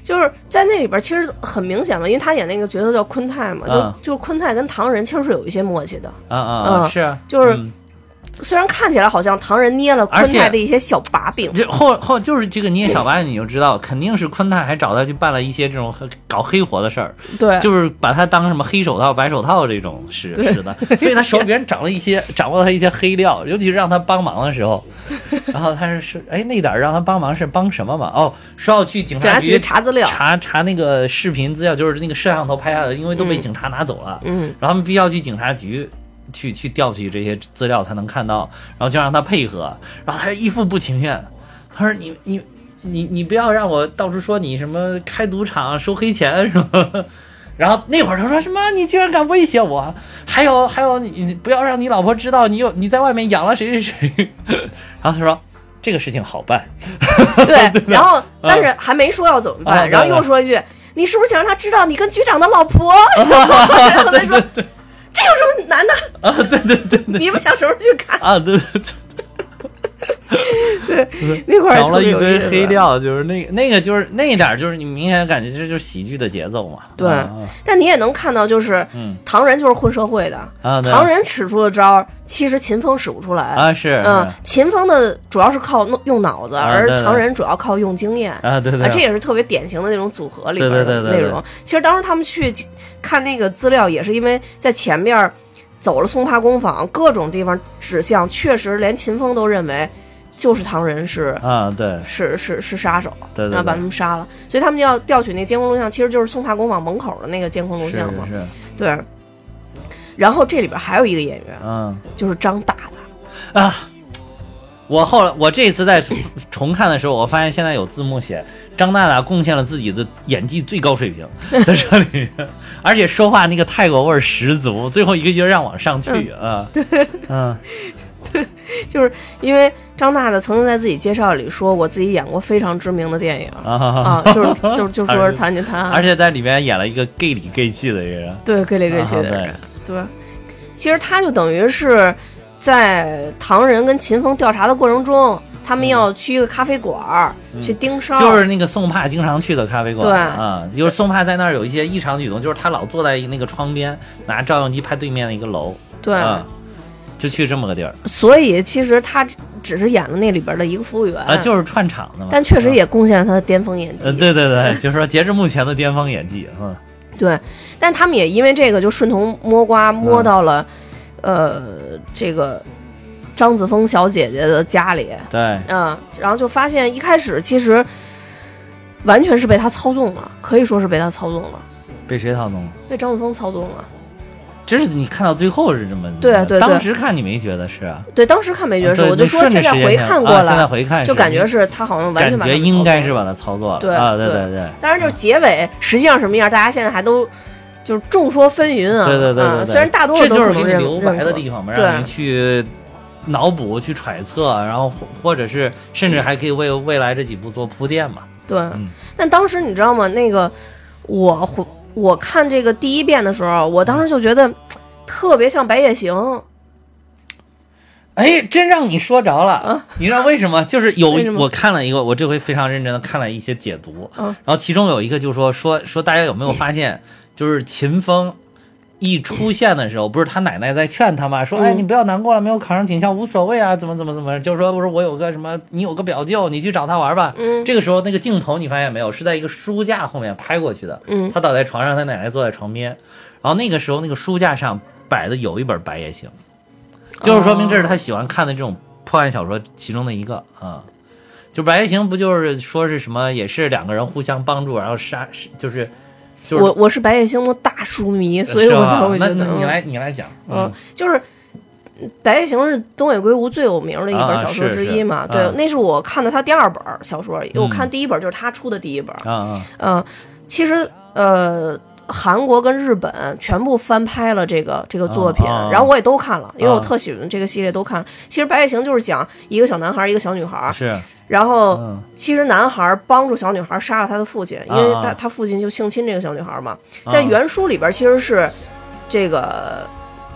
Speaker 1: 就是在那里边其实很明显嘛，因为他演那个角色叫昆泰嘛，
Speaker 2: 嗯
Speaker 1: 就就是昆泰跟唐人其实是有一些默契的，
Speaker 2: 啊啊啊，
Speaker 1: 嗯
Speaker 2: 是啊，
Speaker 1: 就是
Speaker 2: 嗯
Speaker 1: 虽然看起来好像唐人捏了
Speaker 2: 而
Speaker 1: 昆
Speaker 2: 且
Speaker 1: 泰的一些小把柄，
Speaker 2: 这后后就是这个捏小白，你就知道肯定是昆泰还找他去办了一些这种黑搞黑活的事儿，
Speaker 1: 对，
Speaker 2: 就是把他当什么黑手套、白手套这种使使的，所以他手里边掌了一些 掌握了一些黑料，尤其是让他帮忙的 时候，然后他是说，哎，那点儿让他帮忙是帮什么忙？哦，说要去警
Speaker 1: 警察
Speaker 2: 察
Speaker 1: 局
Speaker 2: 局
Speaker 1: 查资料，
Speaker 2: 查查那个视频资料，就是那个摄像头拍下的，因为都被
Speaker 1: 嗯
Speaker 2: 警察拿走了，
Speaker 1: 嗯，
Speaker 2: 然后他们必须要去警察局去去调取这些资料才能看到，然后就让他配合，然后他一副不情愿，他说你你你你不要让我到处说你什么开赌场啊收黑钱什么。然后那会儿他说什么？你居然敢威胁我！还有还有你，你不要让你老婆知道你有你在外面养了谁谁谁。然后他说这个事情好办，
Speaker 1: 对，然后
Speaker 2: 嗯
Speaker 1: 但是还没说要怎么
Speaker 2: 啊
Speaker 1: 办，
Speaker 2: 对
Speaker 1: 然后又说一句：“你是不是想让他知道你跟局长的老婆？”
Speaker 2: 啊
Speaker 1: 然后他说：“这有什么难的？
Speaker 2: 啊，对对对对，
Speaker 1: 你们想什么时候去看
Speaker 2: 啊对对对。？”
Speaker 1: 那块儿
Speaker 2: 找
Speaker 1: 特
Speaker 2: 了
Speaker 1: 别
Speaker 2: 一
Speaker 1: 有
Speaker 2: 堆
Speaker 1: 意思
Speaker 2: 黑。料，就是那个那个就是那一点，就是你明显感觉这就是喜剧的节奏嘛。
Speaker 1: 对
Speaker 2: 啊
Speaker 1: 但你也能看到，就是
Speaker 2: 嗯
Speaker 1: 唐人就是混社会的，
Speaker 2: 啊对
Speaker 1: 唐人使出的招儿，其实秦风使不出来。
Speaker 2: 啊是，
Speaker 1: 嗯，秦风的主要是靠弄用脑子，
Speaker 2: 啊
Speaker 1: 而
Speaker 2: 对对
Speaker 1: 唐人主要靠用经验。
Speaker 2: 啊对对
Speaker 1: 啊，这也是特别典型的那种组合里边
Speaker 2: 对
Speaker 1: 的
Speaker 2: 对对
Speaker 1: 内容。
Speaker 2: 对对
Speaker 1: 其实当时他们去看那个资料，也是因为在前面儿走了松趴工坊各种地方指向，确实连秦风都认为就是唐人是。
Speaker 2: 啊对
Speaker 1: 是是是杀手，
Speaker 2: 对对对
Speaker 1: 然后把他们杀了，所以他们要调取那监控录像，其实就是松帕工坊门口的那个监控录
Speaker 2: 是
Speaker 1: 像嘛。
Speaker 2: 是
Speaker 1: 对。然后这里边还有一个演员，
Speaker 2: 嗯
Speaker 1: 就是张大大，
Speaker 2: 啊，我后来我这一次在重 看的时候，我发现现在有字幕写张娜娜贡献了自己的演技最高水平在这里， 而且说话那个泰国味儿十足，最后一个音儿让往上去啊，嗯，
Speaker 1: 就是因为张娜娜曾经在自己介绍里说，我自己演过非常知名的电影
Speaker 2: 啊哈哈
Speaker 1: 啊，就是就是就是说
Speaker 2: 而
Speaker 1: 是谈起谈
Speaker 2: 而
Speaker 1: 啊，
Speaker 2: 且在里面演了一个 gay 里 gay 气的一个人，
Speaker 1: 对，给里给气的
Speaker 2: 啊
Speaker 1: 人，对，其实他就等于是在唐人跟秦风调查的过程中，他们要去一个咖啡馆儿去盯梢，
Speaker 2: 嗯就是那个宋帕经常去的咖啡馆，
Speaker 1: 对
Speaker 2: 啊，就是宋帕在那儿有一些异常的举动，就是他老坐在那个窗边拿照相机拍对面的一个楼，
Speaker 1: 对，
Speaker 2: 啊，就去这么个地儿
Speaker 1: 所以其实他只只是演了那里边的一个服务员，
Speaker 2: 啊，就是串场的嘛。
Speaker 1: 哎但确实也贡献了他的巅峰演技，
Speaker 2: 呃，对对对， 就是说截至目前的巅峰演技，嗯，
Speaker 1: 对，但他们也因为这个就顺藤摸
Speaker 2: 嗯
Speaker 1: 瓜摸到了，呃，这个张子枫小姐姐的家里，
Speaker 2: 对，
Speaker 1: 嗯，然后就发现一开始其实完全是被他操纵了，可以说是被他操纵了，
Speaker 2: 被谁套弄了？
Speaker 1: 被张子枫操纵了。
Speaker 2: 真是你看到最后是这么，
Speaker 1: 对对对
Speaker 2: 当时看你没觉得是啊，
Speaker 1: 对，当时看没觉得是，
Speaker 2: 对
Speaker 1: 我就
Speaker 2: 你
Speaker 1: 说
Speaker 2: 顺着
Speaker 1: 现在
Speaker 2: 时间
Speaker 1: 回
Speaker 2: 线
Speaker 1: 看过
Speaker 2: 啊
Speaker 1: 了，
Speaker 2: 现在回看
Speaker 1: 就感觉
Speaker 2: 是
Speaker 1: 是他好像完全
Speaker 2: 感
Speaker 1: 把
Speaker 2: 觉
Speaker 1: 他
Speaker 2: 应该
Speaker 1: 操纵
Speaker 2: 是
Speaker 1: 了
Speaker 2: 把它操作了，
Speaker 1: 对
Speaker 2: 啊，对
Speaker 1: 对
Speaker 2: 对，
Speaker 1: 当然，就是结尾实际上什么样，大家现在还都就是众说纷纭啊。
Speaker 2: 对对对对
Speaker 1: 啊
Speaker 2: 对
Speaker 1: 虽然大多数
Speaker 2: 这
Speaker 1: 都
Speaker 2: 就是
Speaker 1: 可
Speaker 2: 给
Speaker 1: 能
Speaker 2: 你
Speaker 1: 认
Speaker 2: 留白的地
Speaker 1: 认
Speaker 2: 方嘛，
Speaker 1: 对
Speaker 2: 让你去脑补、去揣测，然后或或者是甚至还可以为未来这几部做铺垫嘛。
Speaker 1: 可对、
Speaker 2: 嗯
Speaker 1: 但当时你知道吗？那个我回我看这个第一遍的时候，我当时就觉得特别像《白夜行》。
Speaker 2: 哎，真让你说着了，你知道为什么？就是有
Speaker 1: 啊为什么
Speaker 2: 我看了一个，我这回非常认真的看了一些解读，
Speaker 1: 嗯
Speaker 2: 然后其中有一个就说说说大家有没有发现，就是秦风。一出现的时候，不是他奶奶在劝他嘛，
Speaker 1: 嗯
Speaker 2: 说：“哎，你不要难过了，没有考上警校无所谓啊，怎么怎么怎么，就是说，不是我有个什么，你有个表舅，你去找他玩吧。”
Speaker 1: 嗯
Speaker 2: 这个时候那个镜头你发现没有，是在一个书架后面拍过去的。
Speaker 1: 嗯
Speaker 2: 他倒在床上，他奶奶坐在床边，然后那个时候那个书架上摆的有一本《白夜行》，就是说
Speaker 1: 哦
Speaker 2: 明这是他喜欢看的这种破案小说其中的一个啊。就《白夜行》不就是说是什么，也是两个人互相帮助，然后杀，是就是就是
Speaker 1: 我我是《白夜行》的大书 迷，所以
Speaker 2: 是
Speaker 1: 我
Speaker 2: 吧
Speaker 1: 才会觉得。
Speaker 2: 那那你来你来讲，
Speaker 1: 嗯，就是。《白夜行》是东野圭吾最有名的一本
Speaker 2: 啊
Speaker 1: 小说
Speaker 2: 是
Speaker 1: 之
Speaker 2: 是
Speaker 1: 一嘛？
Speaker 2: 啊
Speaker 1: 对、那是我看的他第二本小说，因为我
Speaker 2: 嗯
Speaker 1: 看第一本就是他出的第一本。
Speaker 2: 啊啊
Speaker 1: 嗯，其实呃，韩国跟日本全部翻拍了这个这个作品，
Speaker 2: 啊啊
Speaker 1: 然后我也都看了，因为我
Speaker 2: 啊
Speaker 1: 特喜欢这个系列，都看。其实《白夜行》就是讲一个小男孩儿，一个小女孩儿，
Speaker 2: 啊是
Speaker 1: 然后
Speaker 2: 嗯
Speaker 1: 其实男孩儿帮助小女孩儿杀了他的父亲，因为
Speaker 2: 啊
Speaker 1: 他
Speaker 2: 啊
Speaker 1: 他父亲就性侵这个小女孩儿嘛。
Speaker 2: 啊
Speaker 1: 在原书里边儿其实是这个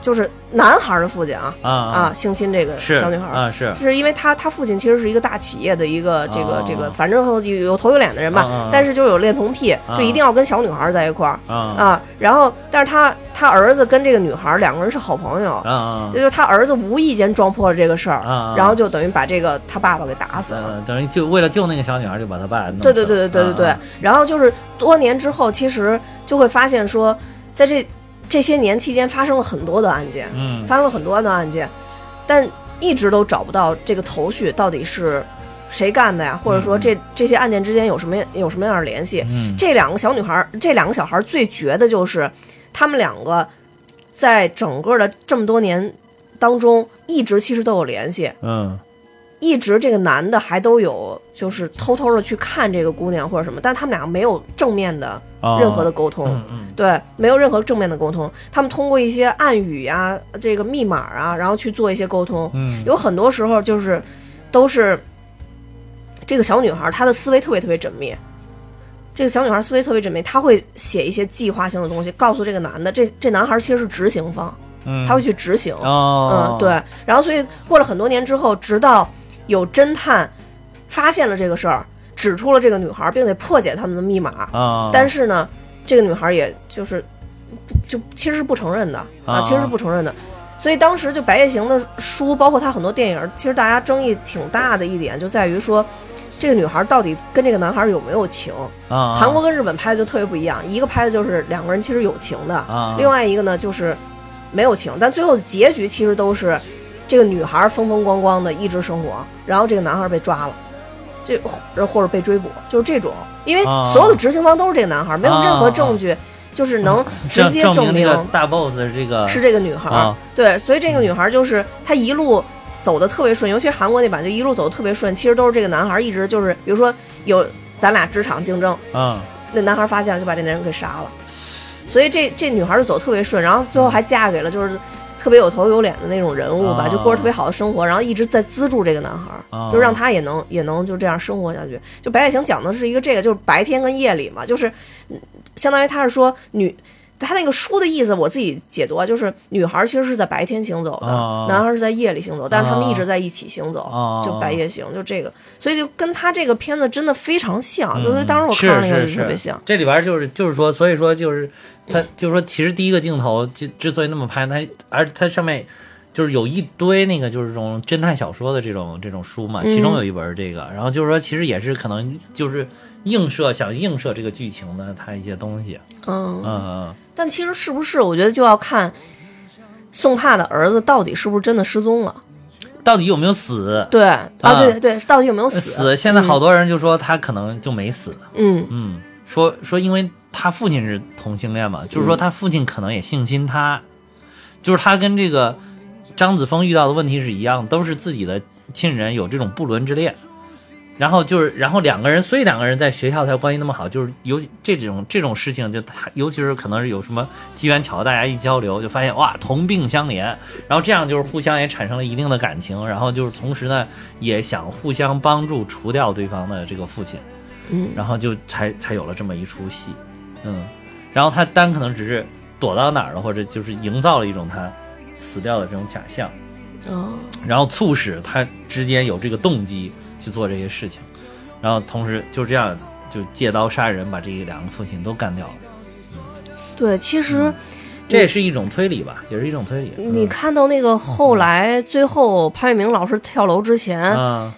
Speaker 1: 就是男孩儿的父亲啊
Speaker 2: 啊
Speaker 1: 啊性侵这个
Speaker 2: 是
Speaker 1: 小女孩儿。
Speaker 2: 啊是
Speaker 1: 就是因为他他父亲其实是一个大企业的一个这个、
Speaker 2: 哦
Speaker 1: 这个，反正有有头有脸的人吧，
Speaker 2: 嗯嗯嗯
Speaker 1: 但是就有恋童癖，
Speaker 2: 嗯
Speaker 1: 就一定要跟小女孩在一块儿、
Speaker 2: 啊啊
Speaker 1: 啊。然后，但是他他儿子跟这个女孩两个人是好朋友，
Speaker 2: 啊
Speaker 1: 这就是他儿子无意间撞破了这个事儿，
Speaker 2: 嗯嗯嗯
Speaker 1: 然后就等于把这个他爸爸给打死了。
Speaker 2: 啊，等于就为了救那个小女孩，就把她爸弄死
Speaker 1: 对
Speaker 2: 了
Speaker 1: 对对对对对对。
Speaker 2: 啊
Speaker 1: 然后就是多年之后，其实就会发现说，在这这些年期间发生了很多的案件，
Speaker 2: 嗯
Speaker 1: 发生了很多的案件，但一直都找不到这个头绪，到底是谁干的呀？或者说这这些案件之间有什么有什么样的联系？
Speaker 2: 嗯
Speaker 1: 这两个小女孩儿，这两个小孩儿最绝的就是，他们两个在整个的这么多年当中，一直其实都有联系，
Speaker 2: 嗯
Speaker 1: 一直这个男的还都有就是偷偷的去看这个姑娘或者什么，但他们俩没有正面的
Speaker 2: 啊
Speaker 1: 任何的沟通。
Speaker 2: 嗯嗯
Speaker 1: 对，没有任何正面的沟通，他们通过一些暗语呀、这个密码啊，然后去做一些沟通。
Speaker 2: 嗯
Speaker 1: 有很多时候就是，都是这个小女孩儿她的思维特别特别缜密，这个小女孩儿思维特别缜密，她会写一些计划性的东西，告诉这个男的，这这男孩儿其实是执行方，
Speaker 2: 嗯
Speaker 1: 他会去执行。
Speaker 2: 哦
Speaker 1: 嗯，对。然后所以过了很多年之后，直到有侦探发现了这个事儿，指出了这个女孩儿，并且破解他们的密码，
Speaker 2: 啊，
Speaker 1: 但是呢，这个女孩也就是不就其实是不承认的啊
Speaker 2: 啊，
Speaker 1: 其实是不承认的。所以当时就《白夜行》的书，包括他很多电影，其实大家争议挺大的一点就在于说，这个女孩到底跟这个男孩有没有情？
Speaker 2: 啊
Speaker 1: 韩国跟日本拍的就特别不一样，一个拍的就是两个人其实有情的，
Speaker 2: 啊
Speaker 1: 另外一个呢就是没有情，但最后结局其实都是这个女孩风风光光的一直生活，然后这个男孩被抓了，这或或者被追捕，就是这种，因为
Speaker 2: 啊
Speaker 1: 所有的执行方都是这个男孩，没有任何证据，就是能直接
Speaker 2: 啊证
Speaker 1: 证
Speaker 2: 那
Speaker 1: 明
Speaker 2: 个大 boss 是这个
Speaker 1: 是这个女孩，
Speaker 2: 啊
Speaker 1: 对，所以这个女孩就是她一路走的特别顺，尤其是韩国那版就一路走的特别顺，其实都是这个男孩一直就是，比如说有咱俩职场竞争，
Speaker 2: 嗯，
Speaker 1: 那男孩发现了就把这男人给杀了，所以这这女孩就走得特别顺，然后最后还嫁给了就是特别有头有脸的那种人物吧，
Speaker 2: 嗯啊
Speaker 1: 就过着特别好的生活，然后一直在资助这个男孩，
Speaker 2: 啊
Speaker 1: 就让他也能也能就这样生活下去。就白夜行讲的是一个这个，就是白天跟夜里嘛，就是嗯相当于他是说女。他那个书的意思，我自己解读啊，就是女孩其实是在白天行走的，
Speaker 2: 啊
Speaker 1: 男孩是在夜里行走，但是他们
Speaker 2: 啊
Speaker 1: 一直在一起行走，
Speaker 2: 啊
Speaker 1: 就白夜行，就这个，所以就跟他这个片子真的非常像，
Speaker 2: 嗯
Speaker 1: 就是当时我
Speaker 2: 是
Speaker 1: 看了那个
Speaker 2: 是
Speaker 1: 就是特别像。
Speaker 2: 这里边就是就是说，所以说就是他就是说，其实第一个镜头之之所以那么拍，它而它上面就是有一堆那个就是这种侦探小说的这种这种书嘛，其
Speaker 1: 嗯
Speaker 2: 中有一本是这个，然后就是说其实也是可能就是映射想映射这个剧情的它一些东西，
Speaker 1: 嗯，
Speaker 2: 嗯
Speaker 1: 但其实是不是，我觉得就要看宋帕的儿子到底是不是真的失踪了。
Speaker 2: 嗯，到底有没有死？呃
Speaker 1: 对，啊，对对，到底有没有死？
Speaker 2: 死，现在好多人就说他可能就没死，
Speaker 1: 嗯，
Speaker 2: 嗯，说说因为他父亲是同性恋嘛，就是说他父亲可能也性侵他，就是他跟这个张子枫遇到的问题是一样，都是自己的亲人有这种不伦之恋，然后就是然后两个人，所以两个人在学校才关系那么好，就是有这种这种事情就他，尤其是可能是有什么机缘巧合，大家一交流就发现哇同病相怜，然后这样就是互相也产生了一定的感情，然后就是同时呢也想互相帮助除掉对方的这个父亲。然后就才才有了这么一出戏，嗯，然后他丹可能只是躲到哪儿了，或者就是营造了一种他死掉的这种假象，
Speaker 1: 哦，
Speaker 2: 然后促使他之间有这个动机去做这些事情，然后同时就这样就借刀杀人，把这两个父亲都干掉了，
Speaker 1: 对，其实
Speaker 2: 这也是一种推理吧，也是一种推理。
Speaker 1: 你看到那个后来最后潘粤明老师跳楼之前，
Speaker 2: 嗯啊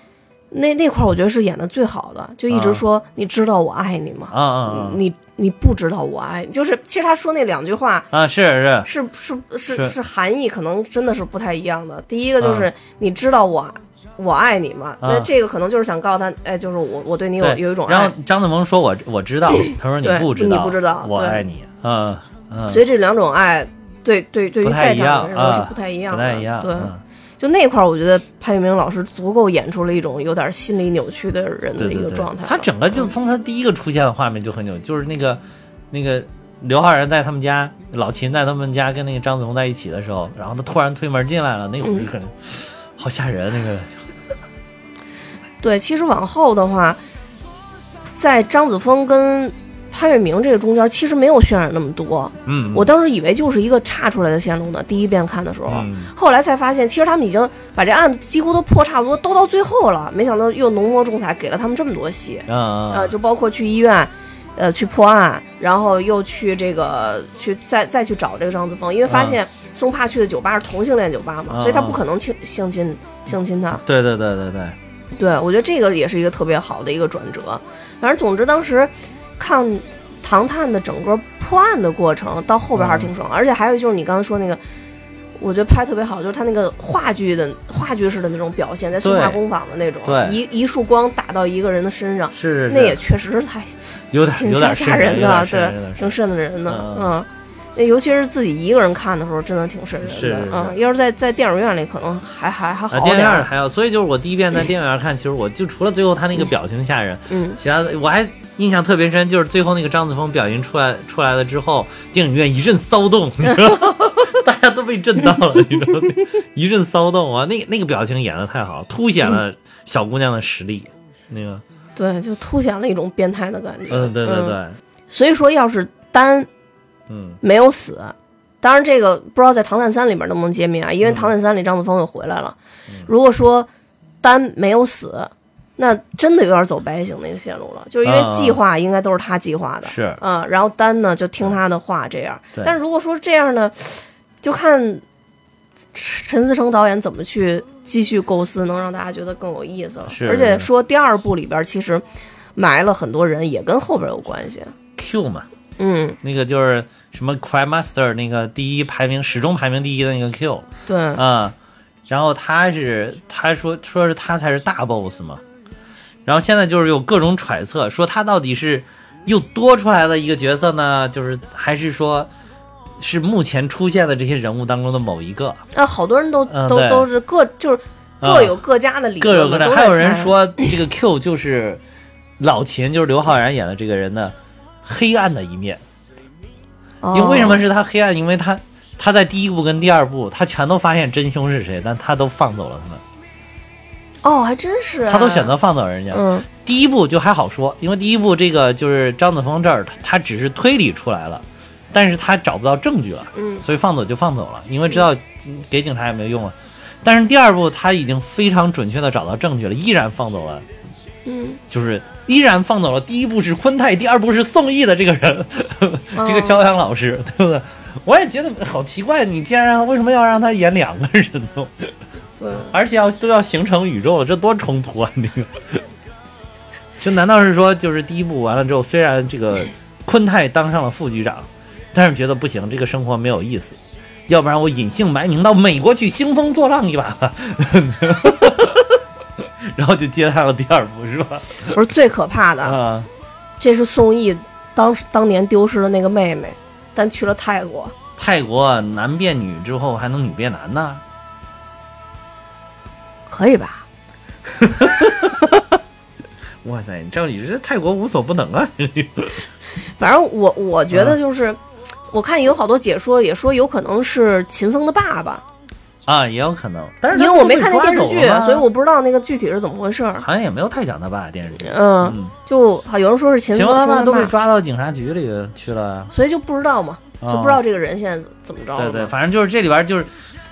Speaker 1: 那那块儿我觉得是演的最好的，就一直
Speaker 2: 啊
Speaker 1: 说、你知道我爱你吗？
Speaker 2: 啊啊
Speaker 1: 你你不知道我爱你，就是其实他说那两句话，
Speaker 2: 啊！是是，
Speaker 1: 是是是
Speaker 2: 是嗯
Speaker 1: 是含义可能真的是不太一样的。第一个就是你知道我、我爱你吗？
Speaker 2: 啊
Speaker 1: 那这个可能就是想告诉他，哎，就是我我对你有
Speaker 2: 对，
Speaker 1: 有一种
Speaker 2: 然
Speaker 1: 爱
Speaker 2: 后，张子萌说我我知道，他说你
Speaker 1: 对
Speaker 2: 不知
Speaker 1: 你
Speaker 2: 道，
Speaker 1: 不知道
Speaker 2: 我
Speaker 1: 对
Speaker 2: 爱你，嗯嗯，
Speaker 1: 所以这两种爱，对对对于
Speaker 2: 不太
Speaker 1: 在
Speaker 2: 一
Speaker 1: 场
Speaker 2: 样
Speaker 1: 的人来说
Speaker 2: 啊
Speaker 1: 是不太一样
Speaker 2: 不
Speaker 1: 的，
Speaker 2: 太一样，
Speaker 1: 对。
Speaker 2: 嗯
Speaker 1: 就那块儿，我觉得潘粤明老师足够演出了一种有点心理扭曲的人的
Speaker 2: 对
Speaker 1: 一
Speaker 2: 对
Speaker 1: 个
Speaker 2: 对，
Speaker 1: 状态了。嗯
Speaker 2: 他整个就从他第一个出现的画面就很有，就是那个那个刘昊然在他们家，老秦在他们家跟那个张子枫在一起的时候，然后他突然推门进来了，那会
Speaker 1: 嗯
Speaker 2: 儿就感觉、好吓人，那个
Speaker 1: 对，其实往后的话，在张子枫跟潘粤明这个中间，其实没有渲染那么多。
Speaker 2: 嗯，
Speaker 1: 我当时以为就是一个岔出来的线路呢，第一遍看的时候，
Speaker 2: 嗯
Speaker 1: 后来才发现，其实他们已经把这案子几乎都破差不多，都到最后了。没想到又浓墨重彩给了他们这么多戏，
Speaker 2: 嗯嗯
Speaker 1: 呃，就包括去医院，呃，去破案，然后又去这个去再再去找这个张子枫，因为发
Speaker 2: 啊
Speaker 1: 现宋帕去的酒吧是同性恋酒吧嘛，
Speaker 2: 嗯
Speaker 1: 所以他不可能性性侵性侵他。
Speaker 2: 对对对对对，
Speaker 1: 对我觉得这个也是一个特别好的一个转折。反正总之当时看唐探的整个破案的过程到后边还是
Speaker 2: 嗯
Speaker 1: 挺爽，而且还有就是你刚刚说那个，我觉得拍得特别好，就是他那个话剧的话剧式的那种表现，在
Speaker 2: 对
Speaker 1: 松化工坊的那种，
Speaker 2: 对
Speaker 1: 一一束光打到一个人的身上，
Speaker 2: 是是
Speaker 1: 那也确实是太
Speaker 2: 有点
Speaker 1: 挺
Speaker 2: 哎有点
Speaker 1: 吓人的，
Speaker 2: 的，
Speaker 1: 对，挺瘆得人的，
Speaker 2: 嗯
Speaker 1: 嗯。那尤其是自己一个人看的时候，真的挺瘆人的。
Speaker 2: 是是是
Speaker 1: 嗯，要是在在电影院里，可能还还还
Speaker 2: 啊，
Speaker 1: 好
Speaker 2: 电影
Speaker 1: 点
Speaker 2: 院
Speaker 1: 儿。
Speaker 2: 还有，所以就是我第一遍在电影院看，其实我就除了最后他那个表情吓人，
Speaker 1: 嗯，
Speaker 2: 其他的我还印象特别深，就是最后那个张子枫表情出来出来了之后，电影院一阵骚动，你知道吗 大家都被震到了，你知道吗？一阵骚动啊，那个那个表情演的太好，凸显了小姑娘的实力。那个，
Speaker 1: 对，就凸显了一种变态的感觉。
Speaker 2: 嗯，对对对，
Speaker 1: 所以说，要是丹
Speaker 2: 嗯
Speaker 1: 没有死，当然这个不知道在《唐探三》里面能不能揭秘啊，因为
Speaker 2: 嗯
Speaker 1: 《唐探三》里张子枫又回来了。如果说丹没有死，那真的有点走白夜行那个线路了，就是因
Speaker 2: 啊
Speaker 1: 为计划应该都是他计划的，
Speaker 2: 是
Speaker 1: 嗯，然后丹呢就听他的话这样。
Speaker 2: 啊嗯对
Speaker 1: 但如果说这样呢，就看陈思诚导演怎么去继续构思，能让大家觉得更有意思了。
Speaker 2: 是
Speaker 1: 而且说第二部里边其实埋了很多人，也跟后边有关系。
Speaker 2: ，Q 嘛，
Speaker 1: 嗯，
Speaker 2: 那个就是什么 Cry Master 那个第一排名始终排名第一的那个 Q
Speaker 1: 对，
Speaker 2: 啊、然后他是他说说是他才是大 boss 嘛，然后现在就是有各种揣测，说他到底是又多出来的一个角色呢，就是还是说是目前出现的这些人物当中的某一个，
Speaker 1: 啊，好多人都、
Speaker 2: 嗯
Speaker 1: 都
Speaker 2: 对嗯
Speaker 1: 都是各就是。各有各家的理
Speaker 2: 各
Speaker 1: 论
Speaker 2: 有
Speaker 1: 嘛
Speaker 2: 各的。
Speaker 1: 都在
Speaker 2: 还有人
Speaker 1: 猜
Speaker 2: 说这个 Q 就是老秦，就是刘昊然演的这个人的黑暗的一面。因为为什么
Speaker 1: 哦
Speaker 2: 是他黑暗？因为他他在第一部跟第二部，他全都发现真凶是谁，但他都放走了他们，
Speaker 1: 哦，还真是啊、
Speaker 2: 他都选择放走人家。
Speaker 1: 嗯
Speaker 2: 第一部就还好说，因为第一部这个就是张子枫这儿，他他只是推理出来了，但是他找不到证据了，
Speaker 1: 嗯
Speaker 2: 所以放走就放走了，因为知道给警察也没有用啊。但是第二部他已经非常准确的找到证据了，依然放走了，
Speaker 1: 嗯，
Speaker 2: 就是依然放走了。第一部是昆泰，第二部是宋轶的这个人，这个肖央老师，对不对？我也觉得好奇怪，你竟然让他为什么要让他演两个人呢？
Speaker 1: 嗯
Speaker 2: 而且要都要形成宇宙了，这多冲突啊！这个， 就难道是说，就是第一部完了之后，虽然这个昆泰当上了副局长，但是觉得不行，这个生活没有意思，要不然我隐姓埋名到美国去兴风作浪一把 吧，然后就接上了第二部，是吧？
Speaker 1: 不是最可怕的，
Speaker 2: 啊，
Speaker 1: 这是宋轶当时当年丢失的那个妹妹，但去了泰国。
Speaker 2: 泰国男变女之后还能女变男呢，
Speaker 1: 可以吧？
Speaker 2: 哇塞，你照理这泰国无所不能啊！
Speaker 1: 反正我我觉
Speaker 2: 嗯
Speaker 1: 得就是，我看有好多解说也说有可能是秦风的爸爸，
Speaker 2: 啊，也有可能，但是
Speaker 1: 因为我没看那
Speaker 2: 他
Speaker 1: 电
Speaker 2: 不
Speaker 1: 视
Speaker 2: 是被
Speaker 1: 剧啊
Speaker 2: 抓走了，吗
Speaker 1: 所以我不知道那个具体是怎么回事儿。啊
Speaker 2: 好像也没有太讲他爸电视剧。
Speaker 1: 嗯，
Speaker 2: 嗯，
Speaker 1: 就好有人说是秦
Speaker 2: 秦
Speaker 1: 风
Speaker 2: 风他
Speaker 1: 爸
Speaker 2: 爸都被，抓到警察局里去了，
Speaker 1: 所以就不知道嘛，
Speaker 2: 啊
Speaker 1: 就不知道这嗯个人现在怎么着了
Speaker 2: 对
Speaker 1: 嘛。
Speaker 2: 对，反正就是这里边就是，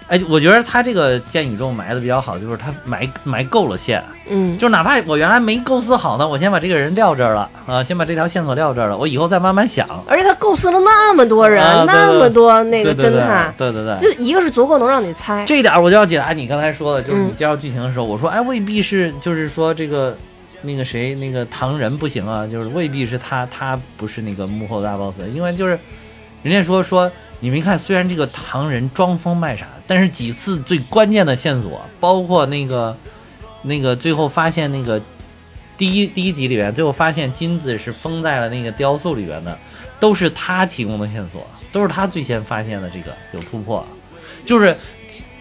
Speaker 2: 哎，我觉得他这个建宇宙埋的比较好，就是他埋埋够了线，
Speaker 1: 嗯，
Speaker 2: 就是哪怕我原来没构思好呢，我先把这个人撂这儿了啊，先把这条线索撂这儿了，我以后再慢慢想。
Speaker 1: 而且他构思了那么多人，
Speaker 2: 啊对对
Speaker 1: 那么多那个
Speaker 2: 对
Speaker 1: 侦探，
Speaker 2: 对对对对
Speaker 1: 就一个是足够能让你猜，
Speaker 2: 这一点我就要解答你刚才说的，就是你
Speaker 1: 嗯
Speaker 2: 介绍剧情的时候，我说哎，未必是就是说这个那个谁那个唐人不行啊，就是未必是他，他不是那个幕后大 boss，因为就是人家说说你没看，虽然这个唐人装疯卖傻，但是几次最关键的线索，包括那个那个最后发现那个第一第一集里边，最后发现金子是封在了那个雕塑里边的，都是他提供的线索，都是他最先发现的这个有突破，啊就是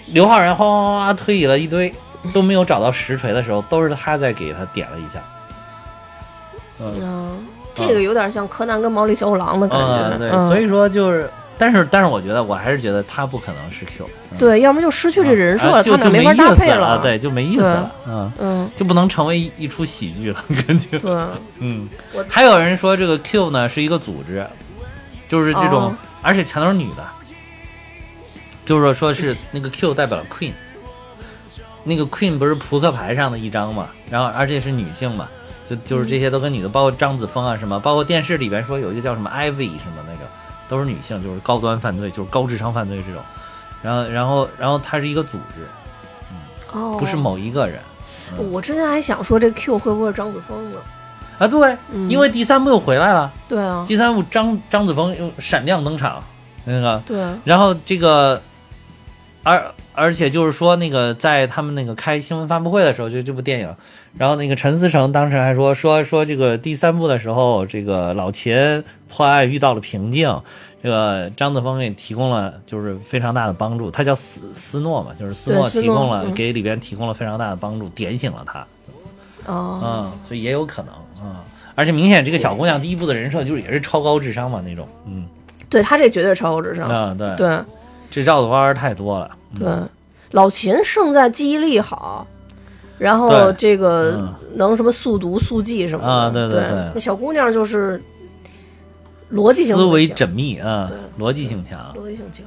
Speaker 2: 刘昊然哗哗哗哗推理了一堆，都没有找到实锤的时候，都是他在给他点了一下。嗯，
Speaker 1: 嗯，这个有点像柯南跟毛利小五郎的感
Speaker 2: 啊
Speaker 1: 觉，
Speaker 2: 对，
Speaker 1: 嗯
Speaker 2: 所以说就是，但是但是我觉得我还是觉得他不可能是 Q，嗯、
Speaker 1: 对，要么就失去这人设
Speaker 2: 啊
Speaker 1: 了，
Speaker 2: 就
Speaker 1: 他俩
Speaker 2: 就
Speaker 1: 没
Speaker 2: 没
Speaker 1: 法搭配
Speaker 2: 意思了，对，就没意思
Speaker 1: 对
Speaker 2: 了，嗯，
Speaker 1: 嗯，
Speaker 2: 就不能成为一一出喜剧了，感觉，
Speaker 1: 对，
Speaker 2: 嗯
Speaker 1: 我，
Speaker 2: 还有人说这个 Q 呢是一个组织，就是这种，
Speaker 1: 哦
Speaker 2: 而且全都是女的，就是说是那个 Q 代表了 Queen，那个 Queen 不是扑克牌上的一张嘛，然后而且是女性嘛，就就是这些都跟女的，包括张子枫啊什么，包括电视里边说有一个叫什么 Ivy 什么那个，都是女性，就是高端犯罪，就是高智商犯罪这种，然后然后然后它是一个组织，
Speaker 1: 哦，
Speaker 2: 不是某一个人。
Speaker 1: 我之前还想说这 Q 会不会是张子枫呢？
Speaker 2: 啊，对，
Speaker 1: 嗯
Speaker 2: 因为第三部又回来了，
Speaker 1: 对啊，
Speaker 2: 第三部张张子枫又闪亮登场，那个，
Speaker 1: 对啊，
Speaker 2: 然后这个，而而且就是说那个在他们那个开新闻发布会的时候，就这部电影，然后那个陈思诚当时还说说说这个第三部的时候，这个老秦破案遇到了瓶颈，这个张子枫给提供了就是非常大的帮助，他叫斯斯诺嘛，就是斯
Speaker 1: 对
Speaker 2: 诺
Speaker 1: 斯
Speaker 2: 提
Speaker 1: 诺
Speaker 2: 供了
Speaker 1: 嗯
Speaker 2: 给里边提供了非常大的帮助，点醒了他。
Speaker 1: 哦，
Speaker 2: 嗯，所以也有可能嗯。而且明显这个小姑娘第一部的人设就是也是超高智商嘛那种，嗯
Speaker 1: 对他这绝对超高智商，
Speaker 2: 啊对，
Speaker 1: 对
Speaker 2: 这绕的弯儿太多了，
Speaker 1: 对，老秦胜在记忆力好。然后
Speaker 2: 对
Speaker 1: 这个
Speaker 2: 嗯
Speaker 1: 能什么速读速记什么的
Speaker 2: 啊对
Speaker 1: 对
Speaker 2: 对对
Speaker 1: 那小姑娘就是逻辑性
Speaker 2: 思
Speaker 1: 特别
Speaker 2: 维嗯
Speaker 1: 强
Speaker 2: 缜密啊，逻辑性强，
Speaker 1: 逻辑性强。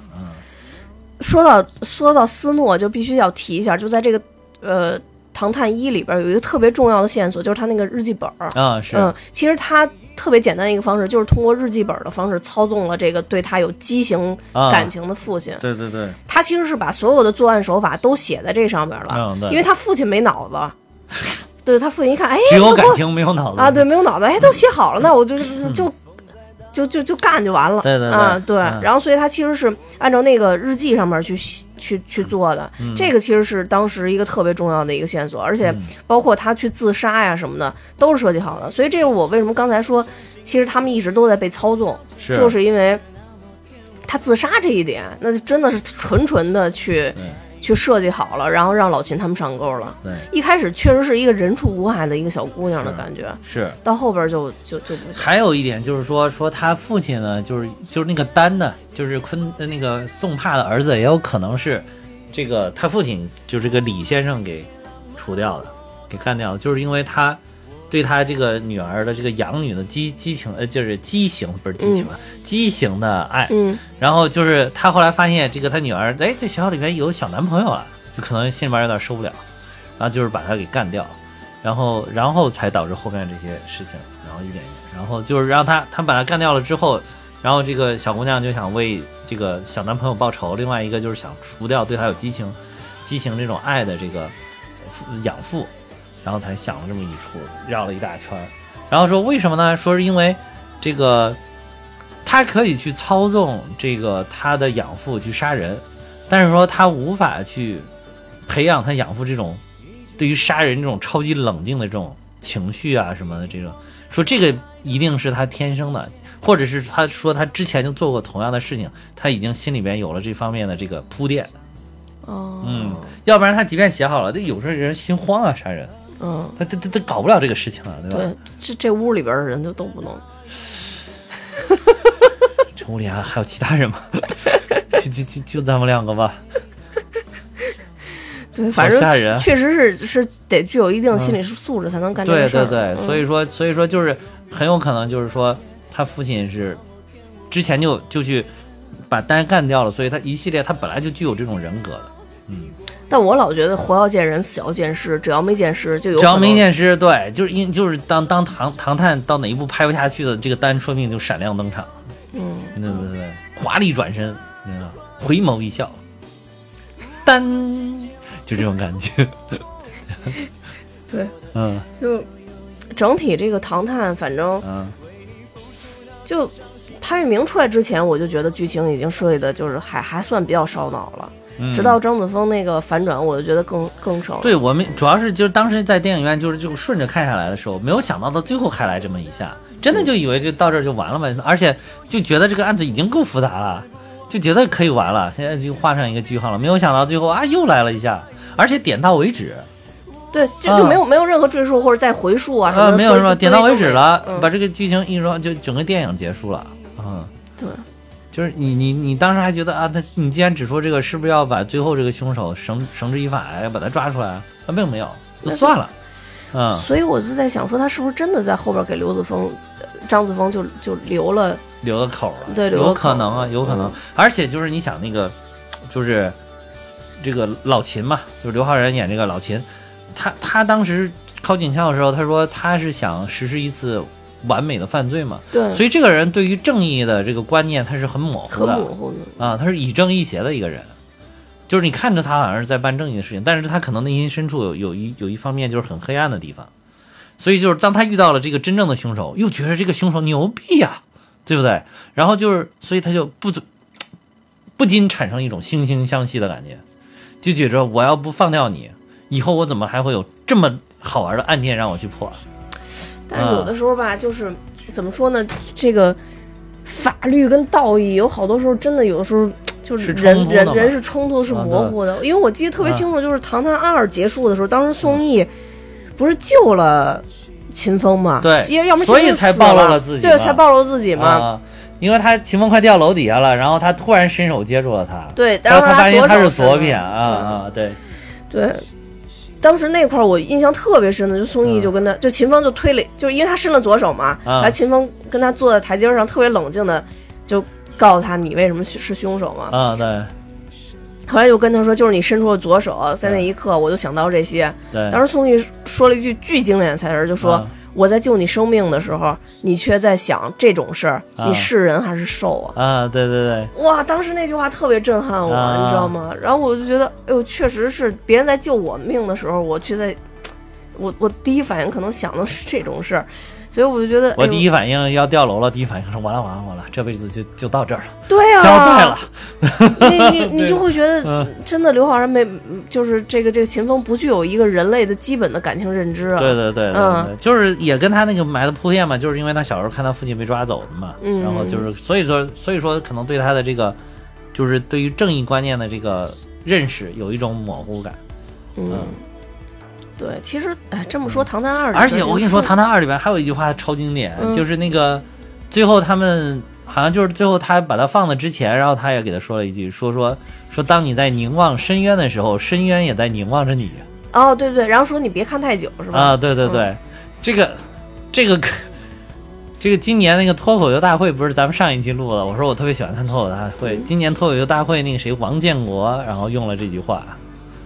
Speaker 1: 说到说到斯诺，就必须要提一下，就在这个呃《唐探一》里边有一个特别重要的线索，就是他那个日记本儿。
Speaker 2: 啊是
Speaker 1: 嗯，其实他特别简单的一个方式，就是通过日记本儿的方式操纵了这个对他有畸形
Speaker 2: 啊
Speaker 1: 感情的父亲。
Speaker 2: 对对对，
Speaker 1: 他其实是把所有的作案手法都写在这上面了，
Speaker 2: 嗯对
Speaker 1: 因为他父亲没脑子。对他父亲一看，哎，
Speaker 2: 只有
Speaker 1: 这不
Speaker 2: 感情没有脑子
Speaker 1: 啊，对，，没有脑
Speaker 2: 嗯
Speaker 1: 子，哎，都写好了，那我就 就就就就干就完了，
Speaker 2: 对对对
Speaker 1: 啊，对，
Speaker 2: 嗯
Speaker 1: 然后所以他其实是按照那个日记上面去去去做的，
Speaker 2: 嗯
Speaker 1: 这个其实是当时一个特别重要的一个线索，而且包括他去自杀呀什么的都是设计好的，所以这个我为什么刚才说，其实他们一直都在被操纵，
Speaker 2: 是
Speaker 1: 就是因为他自杀这一点，那就真的是纯纯的去
Speaker 2: 对
Speaker 1: 去设计好了，然后让老秦他们上钩了。
Speaker 2: 对，
Speaker 1: 一开始确实是一个人畜无害的一个小姑娘的感觉，
Speaker 2: 是。
Speaker 1: 到后边就就就不行。
Speaker 2: 还有一点就是说，说他父亲呢，就是就是那个丹呢，就是昆呃那个宋帕的儿子，也有可能是这个他父亲就是这个李先生给除掉的，给干掉的，就是因为他对他这个女儿的这个养女的激激情呃，就是畸形不是激情啊，畸形的爱，
Speaker 1: 嗯，
Speaker 2: 然后就是他后来发现这个他女儿，哎，这学校里面有小男朋友了，就可能心里边有点受不了，然后就是把他给干掉，然后然后才导致后面这些事情，然后一点一点，然后就是让他他把他干掉了之后，然后这个小姑娘就想为这个小男朋友报仇，另外一个就是想除掉对他有激情、激情这种爱的这个呃养父，然后才想了这么一出，绕了一大圈儿，然后说为什么呢？说是因为这个他可以去操纵这个他的养父去杀人，但是说他无法去培养他养父这种对于杀人这种超级冷静的这种情绪啊什么的这种，说这个一定是他天生的，或者是他说他之前就做过同样的事情，他已经心里边有了这方面的这个铺垫，
Speaker 1: 哦，
Speaker 2: 嗯，要不然他即便写好了，这有时候人心慌啊杀人，
Speaker 1: 嗯，
Speaker 2: 他他他他搞不了这个事情啊，对吧？
Speaker 1: 对，这这屋里边的人就都不能。
Speaker 2: 这屋里还还有其他人吗？ 就就就就咱们两个吧，
Speaker 1: 对，反正
Speaker 2: 吓人嗯
Speaker 1: 确实是是得具有一定心理素质才能干这
Speaker 2: 对
Speaker 1: 啊个事
Speaker 2: 对
Speaker 1: 儿。嗯
Speaker 2: 对，所
Speaker 1: 以
Speaker 2: 以说所以说就是很有可能就是说他父亲是之前就就去把单干掉了，所以他一系列他本来就具有这种人格的，
Speaker 1: 但我老觉得活要见人，死要见尸，只要没见尸就有
Speaker 2: 只要
Speaker 1: 可
Speaker 2: 没
Speaker 1: 能
Speaker 2: 见尸，对，就是因就是当当唐唐探到哪一步拍不下去的这个单，说不定就闪亮登场，
Speaker 1: 嗯，
Speaker 2: 对对对，华丽转身，你知道吗回眸一笑，单，就这种感觉，
Speaker 1: 对，
Speaker 2: 嗯
Speaker 1: 就整体这个唐探，反正
Speaker 2: 嗯，
Speaker 1: 就潘粤明出来之前，我就觉得剧情已经设计的就是还还算比较烧脑了。
Speaker 2: 嗯
Speaker 1: 直到张子枫那个反转，我就觉得更更烧脑。
Speaker 2: 对我们主要是就是当时在电影院就是就顺着看下来的时候，没有想到到最后还来这么一下，真的就以为就到这儿就完了嘛，而且就觉得这个案子已经够复杂了，就觉得可以完了，现在就画上一个句号了。没有想到最后啊又来了一下，而且点到为止，
Speaker 1: 对，就就没有、没有任何赘述或者再回溯啊什么
Speaker 2: 呃
Speaker 1: 的，
Speaker 2: 嗯没有
Speaker 1: 所以
Speaker 2: 什么
Speaker 1: 对
Speaker 2: 点到为止了，
Speaker 1: 都没嗯
Speaker 2: 把这个剧情一说就整个电影结束了，嗯。
Speaker 1: 对，
Speaker 2: 就是你你你当时还觉得啊，他你既然只说这个，是不是要把最后这个凶手绳绳之以法呀，要把他抓出来啊？啊，并没有，就算了，嗯，
Speaker 1: 所以我就在想说，他是不是真的在后边给刘子枫、呃张子枫就就留了？
Speaker 2: 留个口儿啊，
Speaker 1: 对留个
Speaker 2: 有
Speaker 1: 口儿
Speaker 2: 可能啊，有可能
Speaker 1: 嗯。
Speaker 2: 而且就是你想那个，就是这个老秦嘛，就是刘昊然演这个老秦，他他当时考警校的时候，他说他是想实施一次完美的犯罪嘛，
Speaker 1: 对，
Speaker 2: 所以这个人对于正义的这个观念他是很模糊
Speaker 1: 很
Speaker 2: 的
Speaker 1: 模糊的。
Speaker 2: 啊，他是以正义邪的一个人。就是你看着他好像是在办正义的事情，但是他可能内心深处有有一有一方面就是很黑暗的地方，所以就是当他遇到了这个真正的凶手，又觉得这个凶手牛逼呀、对不对？然后就是，所以他就不不禁产生一种惺惺相惜的感觉，就觉着我要不放掉你，以后我怎么还会有这么好玩的案件让我去破？
Speaker 1: 但是有的时候吧，就是怎么说呢，这个法律跟道义有好多时候真的有的时候。就是
Speaker 2: 是
Speaker 1: 人
Speaker 2: 冲突的
Speaker 1: 人
Speaker 2: 嘛
Speaker 1: 人是冲突是
Speaker 2: 啊
Speaker 1: 模糊的，因为我记得特别
Speaker 2: 啊
Speaker 1: 清楚，就是《唐探二》结束的时候，当时宋
Speaker 2: 嗯
Speaker 1: 轶不是救了秦风嘛？
Speaker 2: 对
Speaker 1: 要要么
Speaker 2: 所以
Speaker 1: 秦风
Speaker 2: 才
Speaker 1: 死
Speaker 2: 暴露了自己
Speaker 1: 对，
Speaker 2: 嘛
Speaker 1: 才暴露自己嘛。
Speaker 2: 啊，因为他秦风快掉楼底下了，然后他突然伸手接住了他，
Speaker 1: 对，
Speaker 2: 然后他发现他是
Speaker 1: 手嗯伸
Speaker 2: 左
Speaker 1: 了
Speaker 2: 撇啊啊，对，
Speaker 1: 对，当时那块儿我印象特别深的，就宋轶就跟他，就秦风就推了，就是因为他伸了左手嘛，
Speaker 2: 嗯啊
Speaker 1: 然后秦风跟他坐在台阶上，特别冷静的就告诉他你为什么是凶手嘛。
Speaker 2: 啊对
Speaker 1: 后来就跟他说，就是你伸出了左手，在那
Speaker 2: 嗯
Speaker 1: 一刻我就想到这些。
Speaker 2: 对，
Speaker 1: 当时宋轶说了一句巨经典的台词儿，就说。
Speaker 2: 嗯啊
Speaker 1: 我在救你生命的时候，你却在想这种事儿，
Speaker 2: 啊
Speaker 1: 你是人还是兽啊？
Speaker 2: 啊对对对，
Speaker 1: 哇，当时那句话特别震撼我，
Speaker 2: 啊
Speaker 1: 你知道吗？然后我就觉得，哎呦，确实是别人在救我命的时候，我却在，我我第一反应可能想的是这种事儿，所以我就觉得，
Speaker 2: 我第一
Speaker 1: 哎
Speaker 2: 反应要掉楼了，第一反应是完了完了完了，这辈子就就到这儿了，
Speaker 1: 呦、对啊，
Speaker 2: 交代了，
Speaker 1: 你你你就会觉得
Speaker 2: 嗯，
Speaker 1: 真的刘昊然没，就是这个这个秦风不具有一个人类的基本的感情认知啊，
Speaker 2: 对对对对
Speaker 1: 嗯
Speaker 2: 对，就是也跟他那个埋的铺垫嘛，就是因为他小时候看他父亲被抓走的嘛，
Speaker 1: 嗯
Speaker 2: 然后就是所以说所以说可能对他的这个就是对于正义观念的这个认识有一种模糊感。
Speaker 1: 嗯
Speaker 2: 嗯，
Speaker 1: 对，其实哎，这么说《唐探二》里边
Speaker 2: 而
Speaker 1: 儿就
Speaker 2: 且
Speaker 1: 是，
Speaker 2: 我跟你说，《唐探二》里边还有一句话超经典，
Speaker 1: 嗯
Speaker 2: 就是那个最后他们好像就是最后他把他放了之前，然后他也给他说了一句，说说说，当你在凝望深渊的时候，深渊也在凝望着你
Speaker 1: 哦，对对，然后说你别看太久，是吧？嗯
Speaker 2: 啊！对对对，这个这个。这个今年那个脱口秀大会不是咱们上一期录了？我说我特别喜欢看脱口秀大会。
Speaker 1: 嗯
Speaker 2: 今年脱口秀大会那个谁王建国，然后用了这句话，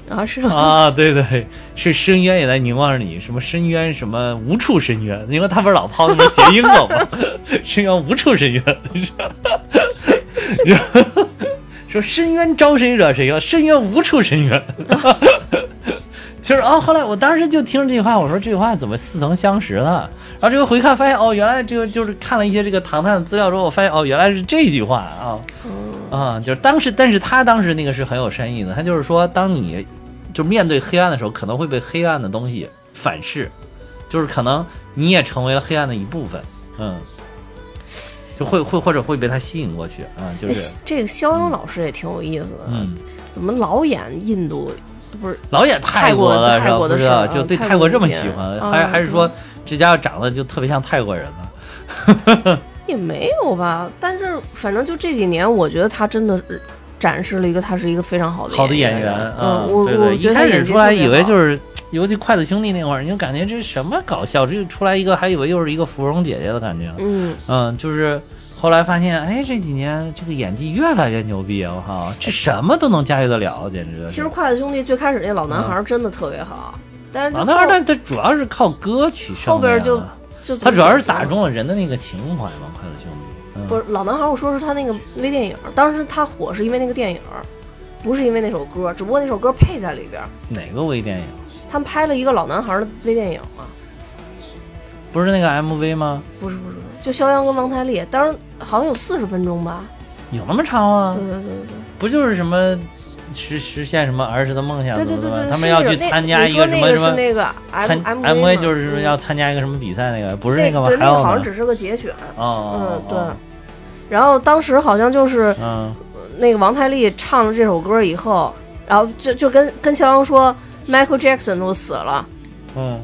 Speaker 1: 啊，是吗？
Speaker 2: 啊，对对，是深渊也在凝望着你，什么深渊，什么无处深渊，因为他不是老抛那个谐音梗吗？深渊无处深渊，然后说深渊招谁惹谁了？深渊无处深渊。 其实哦，后来我当时就听着这句话，我说这句话怎么似曾相识呢？然后这个回看发现哦，原来这个就是看了一些这个唐探的资料之后，我发现哦，原来是这句话啊啊、就是当时，但是他当时那个是很有深意的，他就是说，当你就面对黑暗的时候，可能会被黑暗的东西反噬，就是可能你也成为了黑暗的一部分，嗯，就会会或者会被它吸引过去啊、就是
Speaker 1: 哎这个肖央老师也挺有意思的，
Speaker 2: 嗯，
Speaker 1: 怎么老演印度，不是
Speaker 2: 老演泰国了，
Speaker 1: 泰
Speaker 2: 是吧？
Speaker 1: 国的
Speaker 2: 不知
Speaker 1: 泰国的
Speaker 2: 道，
Speaker 1: 事儿
Speaker 2: 就对
Speaker 1: 啊泰
Speaker 2: 泰
Speaker 1: 国
Speaker 2: 国这么
Speaker 1: 片
Speaker 2: 喜欢，
Speaker 1: 啊
Speaker 2: 还还是
Speaker 1: 对
Speaker 2: 说这家伙长得就特别像泰国人呢？
Speaker 1: 也没有吧？但是反正就这几年，我觉得他真的是展示了一个他是一个非常好的
Speaker 2: 好的
Speaker 1: 演
Speaker 2: 演员啊，
Speaker 1: 嗯，我
Speaker 2: 对
Speaker 1: 我
Speaker 2: 对，
Speaker 1: 觉
Speaker 2: 一
Speaker 1: 得他
Speaker 2: 开始
Speaker 1: 演技
Speaker 2: 出来
Speaker 1: 特别
Speaker 2: 以为
Speaker 1: 好
Speaker 2: 就是，尤其筷子兄弟那会儿，你就感觉这是什么搞笑，这就出来一个还以为又是一个芙蓉姐姐的感觉，
Speaker 1: 嗯，
Speaker 2: 嗯，就是后来发现，哎，这几年这个演技越来越牛逼，我靠，这什么都能驾驭得了，简直。
Speaker 1: 其实筷子兄弟最开始那老男孩
Speaker 2: 嗯
Speaker 1: 儿真的特别好，但是就
Speaker 2: 啊，那
Speaker 1: 后
Speaker 2: 但他主要是靠歌曲生的呀
Speaker 1: 后边就就
Speaker 2: 他主要是打。中了人的那个情怀嘛，筷子兄弟。嗯、
Speaker 1: 不是老男孩，我说是他那个微电影，当时他火是因为那个电影，不是因为那首歌，只不过那首歌配在里边。
Speaker 2: 哪个微电影？
Speaker 1: 他们拍了一个老男孩的微电影嘛，
Speaker 2: 不是那个 MV 吗？
Speaker 1: 不是不是不是，就肖央跟王太利，当时好像有四十分钟吧。
Speaker 2: 有那么长吗、
Speaker 1: 对对对对对
Speaker 2: 不就是什么实实现什么儿时的梦想，
Speaker 1: 对
Speaker 2: 怎
Speaker 1: 对
Speaker 2: 么
Speaker 1: 对对，
Speaker 2: 怎么样？他们
Speaker 1: 是
Speaker 2: 要
Speaker 1: 有
Speaker 2: 去
Speaker 1: 那
Speaker 2: 参加一
Speaker 1: 你说
Speaker 2: 什
Speaker 1: 那
Speaker 2: 么
Speaker 1: 个
Speaker 2: 什
Speaker 1: 是
Speaker 2: 么
Speaker 1: 那个 M，M M
Speaker 2: 参
Speaker 1: M
Speaker 2: MV，就是要
Speaker 1: 要
Speaker 2: 参加一个什么比赛那个，不是
Speaker 1: 那
Speaker 2: 个吗？
Speaker 1: 嗯对，
Speaker 2: 还
Speaker 1: 那
Speaker 2: 有
Speaker 1: 个好像
Speaker 2: 呢
Speaker 1: 只是个节选。
Speaker 2: 哦哦
Speaker 1: 嗯，
Speaker 2: 哦
Speaker 1: 对。然后当时好像就是
Speaker 2: 嗯
Speaker 1: 那个王太利唱了这首歌以后，然后就就跟跟肖央说，Michael Jackson 都死了，
Speaker 2: 嗯。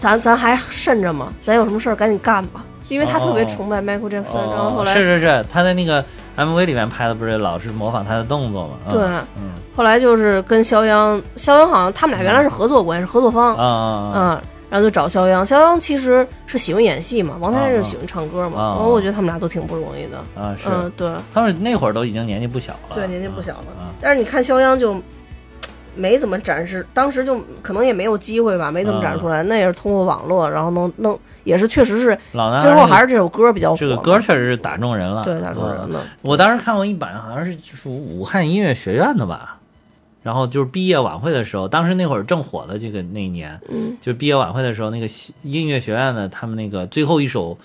Speaker 1: 咱咱还慎着吗？咱有什么事儿赶紧干吧，因为他特别崇拜 Michael Jackson，、
Speaker 2: 哦，
Speaker 1: 然后后来
Speaker 2: 是是是，他在那个 MV 里面拍的，不是老是模仿他的动作嘛？嗯
Speaker 1: 对
Speaker 2: 嗯
Speaker 1: 后来就是跟肖央，肖央好像他们俩原来是合作关系，是合作方，
Speaker 2: 啊啊
Speaker 1: 嗯，然后就找肖央，肖央其实是喜欢演戏嘛，王太利
Speaker 2: 啊
Speaker 1: 是
Speaker 2: 啊
Speaker 1: 喜欢唱歌嘛，
Speaker 2: 啊啊
Speaker 1: 然后我觉得他们俩都挺不容易的，
Speaker 2: 啊啊！是，
Speaker 1: 嗯，对
Speaker 2: 他们那会儿都已经年纪不小了，
Speaker 1: 对，年纪不小了，
Speaker 2: 啊
Speaker 1: 但是你看肖央就。没怎么展示，当时就可能也没有机会吧，没怎
Speaker 2: 啊
Speaker 1: 么展示出来。那也是通过网络，然后弄弄，也是确实是
Speaker 2: 老男孩
Speaker 1: 最后
Speaker 2: 那个
Speaker 1: 还是这首歌比较火嘛。
Speaker 2: 这个歌确实是打中人了，
Speaker 1: 对打中人
Speaker 2: 嗯
Speaker 1: 了。
Speaker 2: 我当时看过一版，好像是就是武汉音乐学院的吧，然后就是毕业晚会的时候，当时那会儿正火的这个那一年，
Speaker 1: 嗯，
Speaker 2: 就毕业晚会的时候，那个西音乐学院的他们那个最后一首。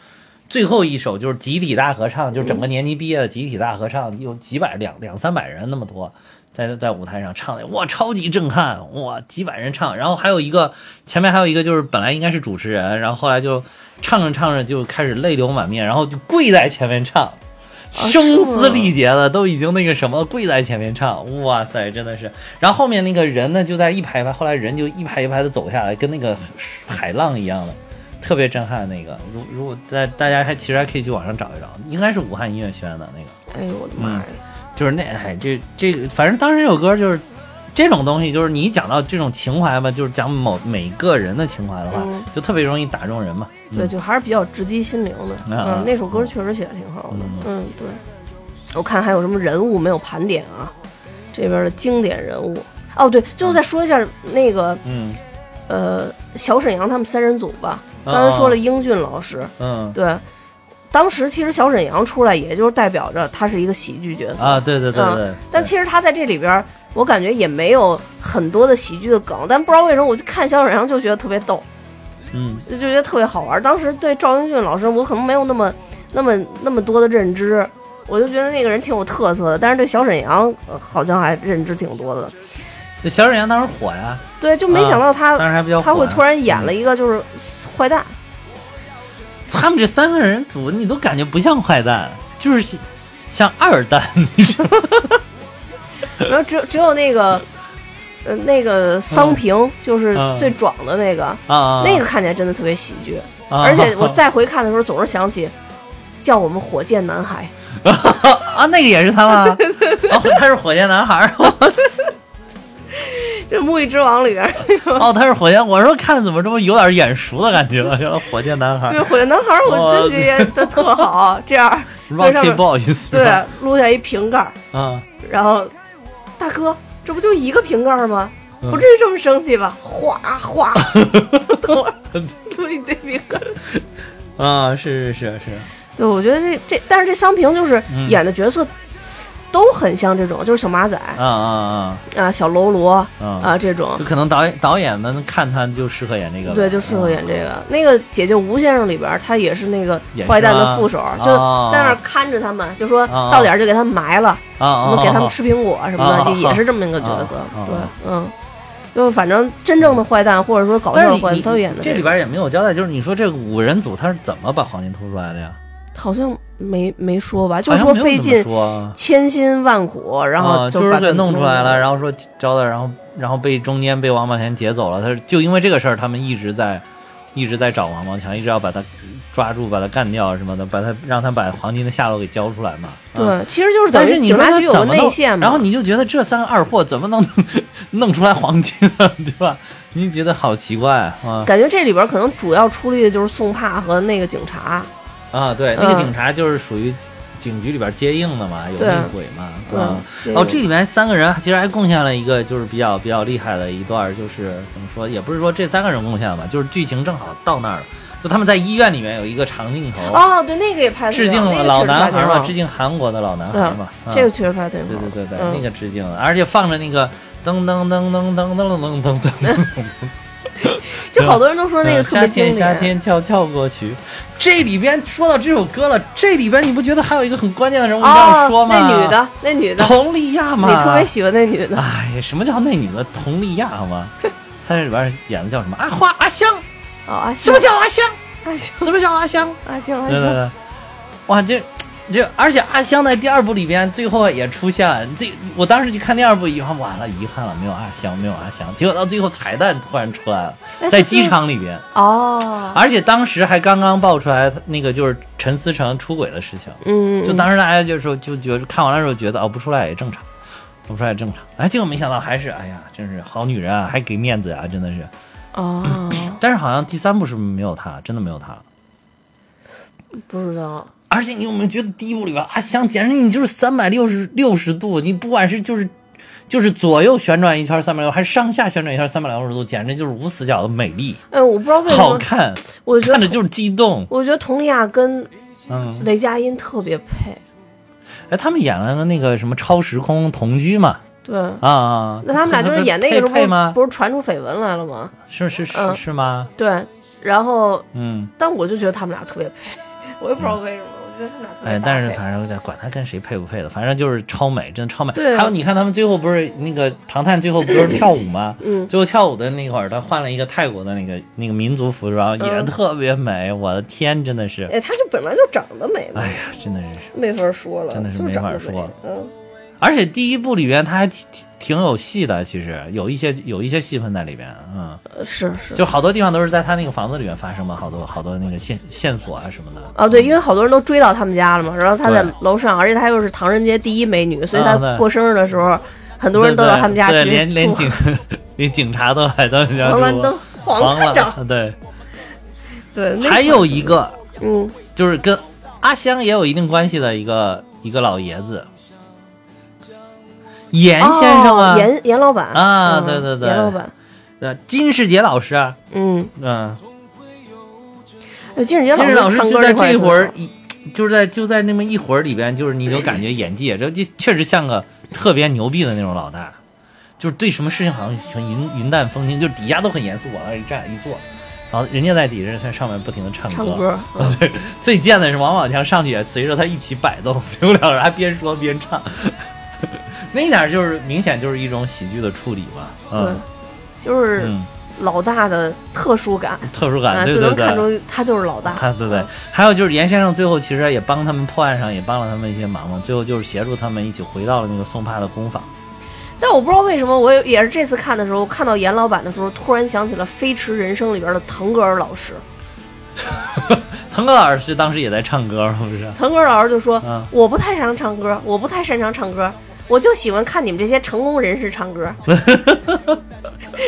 Speaker 2: 最后一首就是集体大合唱，就是整个年级毕业的集体大合唱，有几百两两三百人那么多，在在舞台上唱的，哇，超级震撼，哇，几百人唱，然后还有一个前面还有一个就是本来应该是主持人，然后后来就唱着唱着就开始泪流满面，然后就跪在前面唱，声嘶力竭的，都已经那个什么跪在前面唱，哇塞，真的是。然后后面那个人呢，就在一排一排，后来人就一排一排的走下来，跟那个海浪一样的，特别震撼。那个，如如果大大家还其实还可以去网上找一找，应该是武汉音乐学院的那个，
Speaker 1: 哎呦我的妈呀！
Speaker 2: 嗯就是那哎这这个，反正当时这首歌就是。这种东西就是你一讲到这种情怀吧，就是讲某每个人的情怀的话，
Speaker 1: 嗯
Speaker 2: 就特别容易打中人嘛。嗯
Speaker 1: 对，就还是比较直击心灵的。
Speaker 2: 啊啊
Speaker 1: 嗯，那首歌确实写的挺好的。嗯，对。我看还有什么人物没有盘点啊？这边的经典人物。哦，对，最后再说一下那个
Speaker 2: 嗯
Speaker 1: 呃，小沈阳他们三人组吧。
Speaker 2: 啊
Speaker 1: 刚才说了英俊老师，
Speaker 2: 嗯
Speaker 1: 对。当时其实小沈阳出来，也就是代表着他是一个喜剧角色
Speaker 2: 啊，对对对对。对
Speaker 1: 嗯但其实他在这里边儿，我感觉也没有很多的喜剧的梗，但不知道为什么，我就看小沈阳就觉得特别逗。
Speaker 2: 嗯
Speaker 1: 就觉得特别好玩儿。当时对赵英俊老师，我可能没有那么、那么、那么多的认知，我就觉得那个人挺有特色的。但是对小沈阳、呃好像还认知挺多的。
Speaker 2: 这小沈阳当时火呀，
Speaker 1: 对，就没想到他、
Speaker 2: 当时还比较火呀。
Speaker 1: 他会突然演了一个就是坏蛋，
Speaker 2: 他们这三个人组，你都 感觉不像坏蛋，就是像像二蛋，你知道吗？
Speaker 1: 然后只只有那个，呃，那个桑平、就是
Speaker 2: 嗯
Speaker 1: 最壮的那个，
Speaker 2: 啊，
Speaker 1: 那个看起来真的特别喜剧。
Speaker 2: 啊，
Speaker 1: 而且我再回看的时候，总是想起叫我们火箭男孩。
Speaker 2: 啊，那个也是 他吗？哦，他是火箭男孩儿，
Speaker 1: 就《沐浴之王》里边儿那个，
Speaker 2: 哦，他是火箭，我说看怎么这么有点眼熟的感觉，原来火箭男孩
Speaker 1: 对
Speaker 2: 儿
Speaker 1: 《火箭男孩》，
Speaker 2: 哦
Speaker 1: 我真觉得他特 好。这样儿，在上
Speaker 2: ，Rocky
Speaker 1: 面
Speaker 2: Boys，是
Speaker 1: 对
Speaker 2: 吧，
Speaker 1: 撸下一瓶盖儿，
Speaker 2: 啊，
Speaker 1: 然后大哥，这不就一个瓶盖儿吗？
Speaker 2: 嗯
Speaker 1: 不至于这么生气吧？哗 哗，吐吐一堆瓶盖儿。
Speaker 2: 啊，是是是是，
Speaker 1: 对，我觉得这这，但是这桑平就是
Speaker 2: 嗯
Speaker 1: 演的角色都很像这种，就是小马仔
Speaker 2: 啊啊
Speaker 1: 啊、小喽啰
Speaker 2: 啊啊，
Speaker 1: 啊这种
Speaker 2: 就，可能导演导演们看他就适合演这个吧，
Speaker 1: 对，就适合演这个。那个《解救吴先生》里边儿，他也是那个
Speaker 2: 也是
Speaker 1: 坏蛋的
Speaker 2: 啊
Speaker 1: 副手，就
Speaker 2: 哦
Speaker 1: 在那儿看着他们，就说
Speaker 2: 哦
Speaker 1: 到点儿就给他们埋了，
Speaker 2: 啊啊，
Speaker 1: 我们给他们
Speaker 2: 啊
Speaker 1: 吃苹果什么的，
Speaker 2: 哦
Speaker 1: 就
Speaker 2: 哦
Speaker 1: 也是这么一个角色
Speaker 2: 哦哦。
Speaker 1: 对，嗯，就反正真正的坏蛋或者说搞
Speaker 2: 但
Speaker 1: 笑
Speaker 2: 是
Speaker 1: 的坏
Speaker 2: 你
Speaker 1: 蛋都演的
Speaker 2: 这
Speaker 1: 个
Speaker 2: 里边也没有交代，就是你说这个五人组他是怎么把黄金偷出来的呀？
Speaker 1: 好像没没说吧，就
Speaker 2: 好
Speaker 1: 是说
Speaker 2: 像没有
Speaker 1: 费
Speaker 2: 这么
Speaker 1: 尽
Speaker 2: 说啊
Speaker 1: 千辛万苦，然后
Speaker 2: 啊就是
Speaker 1: 把
Speaker 2: 给
Speaker 1: 它
Speaker 2: 弄出来了，
Speaker 1: 后
Speaker 2: 然后说招的，然后然后被中间被王宝强劫走了，他就因为这个事儿，他们一直在一直在找王宝强，一直要把他抓住，把他干掉什么的，把他让他把黄金的下落给交出来嘛。啊。
Speaker 1: 对，其实就是等
Speaker 2: 但是
Speaker 1: 于
Speaker 2: 你
Speaker 1: 警
Speaker 2: 说
Speaker 1: 察
Speaker 2: 他
Speaker 1: 局有个
Speaker 2: 怎么
Speaker 1: 内
Speaker 2: 弄
Speaker 1: 线嘛，
Speaker 2: 然后你就觉得这三个二货怎么能 弄出来黄金呢？对吧？你觉得好奇怪啊
Speaker 1: 感觉这里边可能主要出力的就是宋帕和那个警察，
Speaker 2: 啊！对，那个
Speaker 1: 嗯
Speaker 2: 警察就是属于警局里边接应的嘛，有
Speaker 1: 对嗯
Speaker 2: 内鬼嘛，
Speaker 1: 对
Speaker 2: 啊，哦，这里面三个人其实还贡献了一个就是比较比较厉害的一段儿，就是怎么说，也不是说这三个人贡献吧，就是剧情正好到那儿了，就他们在医院里面有一个长镜头，
Speaker 1: 哦，对，那个也拍的
Speaker 2: 致敬
Speaker 1: 那个
Speaker 2: 老
Speaker 1: 确实拍得
Speaker 2: 男孩
Speaker 1: 挺
Speaker 2: 嘛，
Speaker 1: 好嗯
Speaker 2: 致敬韩国的老男孩嘛，啊
Speaker 1: 这个确实拍的挺
Speaker 2: 对
Speaker 1: 好。
Speaker 2: 对对对，
Speaker 1: 嗯
Speaker 2: 那个致敬，而且放着那个噔噔噔噔噔噔噔噔噔噔，
Speaker 1: 就好多人都说嗯那个特
Speaker 2: 夏
Speaker 1: 别经
Speaker 2: 天夏
Speaker 1: 典。
Speaker 2: 天悄悄过去，这里边说到这首歌了，这里边你不觉得还有一个很关键的人物你要说
Speaker 1: 哦，
Speaker 2: 吗？
Speaker 1: 那女，的，那女的，
Speaker 2: 佟丽娅
Speaker 1: 你
Speaker 2: 嘛，
Speaker 1: 特别喜欢那女的。
Speaker 2: 哎，什么叫那女的佟丽娅 吗？她这里边演的叫什么？阿啊花、阿香，
Speaker 1: 哦，啊阿
Speaker 2: 什
Speaker 1: 星
Speaker 2: 么，叫阿香？
Speaker 1: 阿星，
Speaker 2: 什么叫阿香？
Speaker 1: 阿星，阿
Speaker 2: 对对
Speaker 1: 星，
Speaker 2: 对，哇，这这，而且阿香在第二部里边最后也出现了。这我当时去看第二部以后，完了，遗憾了，没有阿香，没有阿香。结果到最后彩蛋突然出来了，
Speaker 1: 哎
Speaker 2: 在机。场里边，
Speaker 1: 这哦，
Speaker 2: 而且当时还刚刚爆出来那个就是陈思诚出轨的事情。
Speaker 1: 嗯，
Speaker 2: 就当时大家就说就觉得看完了之后觉得哦不出来也正常，不出来也正常。哎，结果没想到还是哎呀，真是好女人啊，还给面子啊，真的是。
Speaker 1: 哦，
Speaker 2: 但是好像第三部是没有她了，真的没有她了。
Speaker 1: 不知道。
Speaker 2: 而且你有没有觉得第一部里边阿香啊简直你就是三百六十六十度，你不管是就是就是左右旋转一圈三百六，还是上下旋转一圈三百六十度，简直就是无死角的美丽，
Speaker 1: 哎，我不知道为什
Speaker 2: 好
Speaker 1: 么，
Speaker 2: 看，
Speaker 1: 我觉
Speaker 2: 看
Speaker 1: 得
Speaker 2: 着就是激动。
Speaker 1: 我觉得佟丽娅跟
Speaker 2: 嗯，
Speaker 1: 雷佳音特别配。
Speaker 2: 哎，他们演了个那个什么超时空同居嘛，
Speaker 1: 对，
Speaker 2: 啊啊，
Speaker 1: 那他们俩就是演那个时候不
Speaker 2: 配
Speaker 1: 是
Speaker 2: 配吗？
Speaker 1: 不是传出绯闻来了吗？
Speaker 2: 是是是、
Speaker 1: 嗯
Speaker 2: 是吗？
Speaker 1: 对，然后
Speaker 2: 嗯，
Speaker 1: 但我就觉得他们俩特别配， 我也不知道为什么，我觉得他们俩特别
Speaker 2: 哎，
Speaker 1: 搭
Speaker 2: 但是
Speaker 1: 配
Speaker 2: 反正管他跟谁配不配的，反正就是超美，真的超美。
Speaker 1: 对
Speaker 2: 还有你看他们最后不是那个唐探最后不是跳舞吗？
Speaker 1: 嗯
Speaker 2: 最后跳舞的那会儿，他换了一个泰国的那个那个民族服装，也
Speaker 1: 嗯
Speaker 2: 特别美。我的天，真的是，
Speaker 1: 哎，她就本来就长得美嘛
Speaker 2: 哎，呀，真的是。
Speaker 1: 没法说了，
Speaker 2: 真的是
Speaker 1: 就
Speaker 2: 没
Speaker 1: 长
Speaker 2: 法
Speaker 1: 得
Speaker 2: 说
Speaker 1: 美
Speaker 2: 了
Speaker 1: 嗯，
Speaker 2: 而且第一部里边他还挺挺挺有戏的，其实有一些有一些戏份在里边，嗯，
Speaker 1: 呃是是。
Speaker 2: 就好多地方都是在他那个房子里面发生嘛，好多好多那个线线索啊什么的。
Speaker 1: 啊，对，因为好多人都追到他们家了嘛，然后她在
Speaker 2: 对
Speaker 1: 楼上，而且她又是唐人街第一美女，所以
Speaker 2: 啊
Speaker 1: 她
Speaker 2: 对
Speaker 1: 过生日的时候，很多人都到他们家
Speaker 2: 对
Speaker 1: 去
Speaker 2: 对连连
Speaker 1: 祝
Speaker 2: 警 连警察都来到人家
Speaker 1: 黄
Speaker 2: 住
Speaker 1: 兰灯黄
Speaker 2: 黄
Speaker 1: 探长，
Speaker 2: 了，对，
Speaker 1: 对，那
Speaker 2: 还有一个
Speaker 1: 嗯，
Speaker 2: 就是跟阿香也有一定关系的一个一个老爷子，严先生啊，
Speaker 1: 哦严严老板
Speaker 2: 啊
Speaker 1: 嗯
Speaker 2: 对对对
Speaker 1: 严老板，
Speaker 2: 呃，金世杰老师啊，
Speaker 1: 嗯，
Speaker 2: 嗯，
Speaker 1: 哎金世杰
Speaker 2: 金世
Speaker 1: 老
Speaker 2: 老
Speaker 1: 师
Speaker 2: 师
Speaker 1: 唱
Speaker 2: 就
Speaker 1: 歌
Speaker 2: 在
Speaker 1: 块
Speaker 2: 这一
Speaker 1: 也特
Speaker 2: 会儿
Speaker 1: 好
Speaker 2: 一。就是在就在那么一会儿里边，就是你就感觉演技也这这确实像个特别牛逼的那种老大，就是对什么事情好像很云云淡风轻，就是底下都很严肃，往那儿一站一坐，然后人家在底下在上面不停的唱歌，
Speaker 1: 唱歌，嗯
Speaker 2: 最贱的是王宝强上去也随着他一起摆动， 随不了人还边说边唱， 那一点儿就是明显就是一种喜剧的处理嘛，
Speaker 1: 对
Speaker 2: 嗯，
Speaker 1: 就是
Speaker 2: 嗯，
Speaker 1: 老大的特殊感
Speaker 2: 特殊
Speaker 1: 啊，
Speaker 2: 感，对
Speaker 1: 就
Speaker 2: 对
Speaker 1: 能看
Speaker 2: 对。
Speaker 1: 出他就是老大。
Speaker 2: 他对对，还有就是严先生最后其实也帮他们破案上也帮了他们一些忙嘛，最后就是协助他们一起回到了那个宋帕的工坊。
Speaker 1: 但我不知道为什么，我也也是这次看的时候，看到严老板的时候，突然想起了《飞驰人生》里边的腾格尔老师。
Speaker 2: 腾格尔是当时也在唱歌吗，不是？
Speaker 1: 腾格尔老师就说：“
Speaker 2: 嗯
Speaker 1: 我不太擅长唱歌，我不太擅长唱歌，我就喜欢看你们这些成功人士唱 歌。”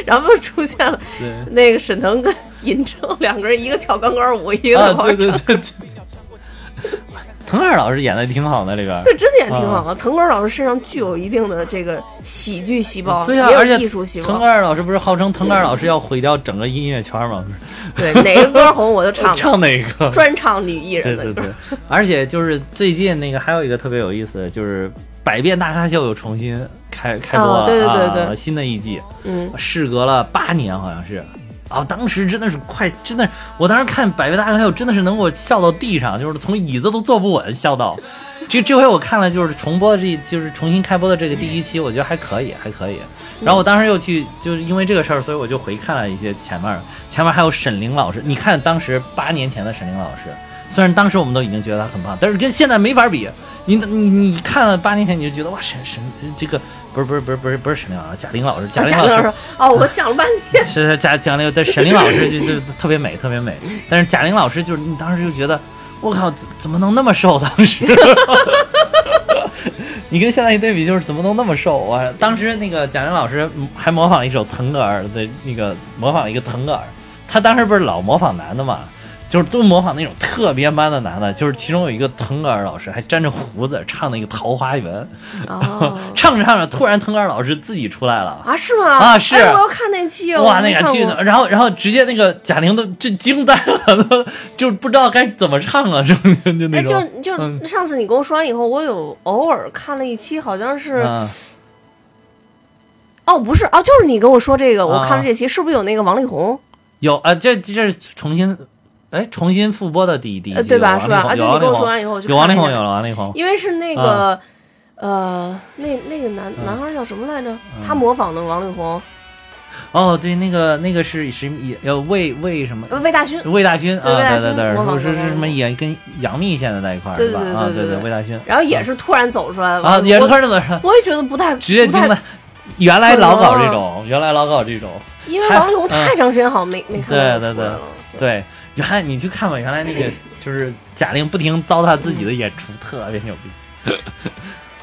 Speaker 1: 然后出现了
Speaker 2: 对
Speaker 1: 那个沈腾跟尹正两个人，一个跳钢管舞，一个
Speaker 2: 啊，
Speaker 1: 在旁
Speaker 2: 对
Speaker 1: 边
Speaker 2: 对对。对 腾格尔老师演的挺好的，里边儿
Speaker 1: 这真的也挺好啊。腾格尔老师身上具有一定的这个喜剧细胞，
Speaker 2: 对
Speaker 1: 哦
Speaker 2: 呀、啊
Speaker 1: 也
Speaker 2: 而
Speaker 1: 有
Speaker 2: 且
Speaker 1: 艺术细
Speaker 2: 腾格
Speaker 1: 胞。
Speaker 2: 尔老师不是号称腾格尔老师要毁掉整个音乐圈吗？
Speaker 1: 对，哪个歌红我就唱
Speaker 2: 唱哪个？
Speaker 1: 专唱女艺人
Speaker 2: 对
Speaker 1: 的
Speaker 2: 对
Speaker 1: 歌
Speaker 2: 对。，而且就是最近那个还有一个特别有意思的，就是《百变大咖秀》又重新开开播了、
Speaker 1: 哦对对对对
Speaker 2: 啊，新的一季，
Speaker 1: 嗯，
Speaker 2: 事隔了八年好像是。啊、当时真的是快，真的是，我当时看《百变大咖秀》，真的是能给我笑到地上，就是从椅子都坐不稳，笑到。这这回我看了，就是重播的这，就是重新开播的这个第一期，我觉得还可以，还可以。然后我当时又去，就是因为这个事儿，所以我就回看了一些前面儿，前面还有沈凌老师。你看当时八年前的沈凌老师，虽然当时我们都已经觉得他很棒，但是跟现在没法比。你你你看了八年前，你就觉得哇，沈沈这个不是不是不是不是不是沈凌老师，贾玲老师，贾玲
Speaker 1: 啊贾
Speaker 2: 老
Speaker 1: 玲
Speaker 2: 师
Speaker 1: 说：“哦，我想了半天。
Speaker 2: 是贾贾玲，但沈凌老师就就特别美，特别美。但是贾玲老师就是你当时就觉得，我靠，怎怎么能那么瘦？当时， 你跟现在一对比，就是怎么能那么瘦？我当时那个贾玲老师还模仿了一首腾格尔的那个，呃模仿了一个腾格尔。他当时不是老模仿男的嘛，就是都模仿那种特别 man 的男的，就是其中有一个腾格尔老师还粘着胡子唱那个《桃花源》，”
Speaker 1: 哦。
Speaker 2: 唱着唱着，突然腾格尔老师自己出来了。
Speaker 1: 啊，是吗？
Speaker 2: 啊是
Speaker 1: 哎我要看那期哦。
Speaker 2: 哇，
Speaker 1: 我没
Speaker 2: 那个
Speaker 1: 看
Speaker 2: 剧
Speaker 1: 过
Speaker 2: 呢？然后然后直接那个贾玲都这惊呆了， 都就不知道该怎么唱了，就 就就那
Speaker 1: 哎，
Speaker 2: 种。
Speaker 1: 就就
Speaker 2: 嗯
Speaker 1: 上次你跟我说完以后，我有偶尔看了一期，好像是、
Speaker 2: 嗯
Speaker 1: 哦，不是哦，就是你跟我说这个，我看了
Speaker 2: 啊
Speaker 1: 这期，是不是有那个王力宏？
Speaker 2: 有啊，这这是重新哎重新复播的第一第一
Speaker 1: 呃
Speaker 2: 季，
Speaker 1: 对吧
Speaker 2: 有
Speaker 1: 是吧啊
Speaker 2: 王力
Speaker 1: 就
Speaker 2: 宏
Speaker 1: 你跟我
Speaker 2: 有
Speaker 1: 说完以后我去
Speaker 2: 有王力
Speaker 1: 看了
Speaker 2: 宏，
Speaker 1: 一下
Speaker 2: 有嗯王力宏，
Speaker 1: 因为是那个、呃，那那个男
Speaker 2: 嗯
Speaker 1: 男孩叫什么来着？他模仿的王力宏，
Speaker 2: 哦，对，那个那个是是也呃魏魏什么
Speaker 1: 呃魏大勋。
Speaker 2: 魏大勋啊，
Speaker 1: 魏大
Speaker 2: 对
Speaker 1: 勋
Speaker 2: 对对，
Speaker 1: 模仿
Speaker 2: 说
Speaker 1: 过
Speaker 2: 是是
Speaker 1: 王力
Speaker 2: 什么
Speaker 1: 宏
Speaker 2: 也跟杨幂现在在一块儿
Speaker 1: 对
Speaker 2: 是吧？
Speaker 1: 对对
Speaker 2: 啊，
Speaker 1: 对
Speaker 2: 对
Speaker 1: 对
Speaker 2: 魏大勋
Speaker 1: 然后也是突然走出来
Speaker 2: 啊，也是突然怎么
Speaker 1: 我也觉得不太
Speaker 2: 直接
Speaker 1: 不
Speaker 2: 惊
Speaker 1: 太啊
Speaker 2: 呆，。原来老搞这种，原来老搞这种。
Speaker 1: 因为王力宏
Speaker 2: 还嗯
Speaker 1: 太长时间好像没、没看到
Speaker 2: 对
Speaker 1: 他
Speaker 2: 对
Speaker 1: 出来
Speaker 2: 对
Speaker 1: 了
Speaker 2: 对，原来你去看吧，原来那个就是贾玲不停糟蹋自己的演出，特别牛逼。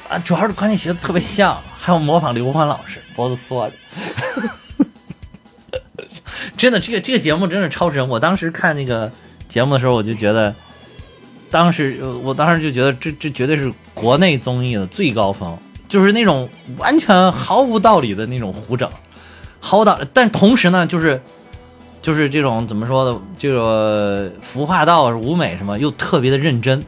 Speaker 2: 啊，主要是关键学的特别像，还有模仿刘欢老师，脖子缩着。 真的，这个这个节目真是超神！我当时看那个节目的时候，我就觉得，当时呃我当时就觉得这这绝对是国内综艺的最高峰，就是那种完全毫无道理的那种胡整，毫无道理。但同时呢，就是就是这种怎么说的，这个服化道舞美什么又特别的认真。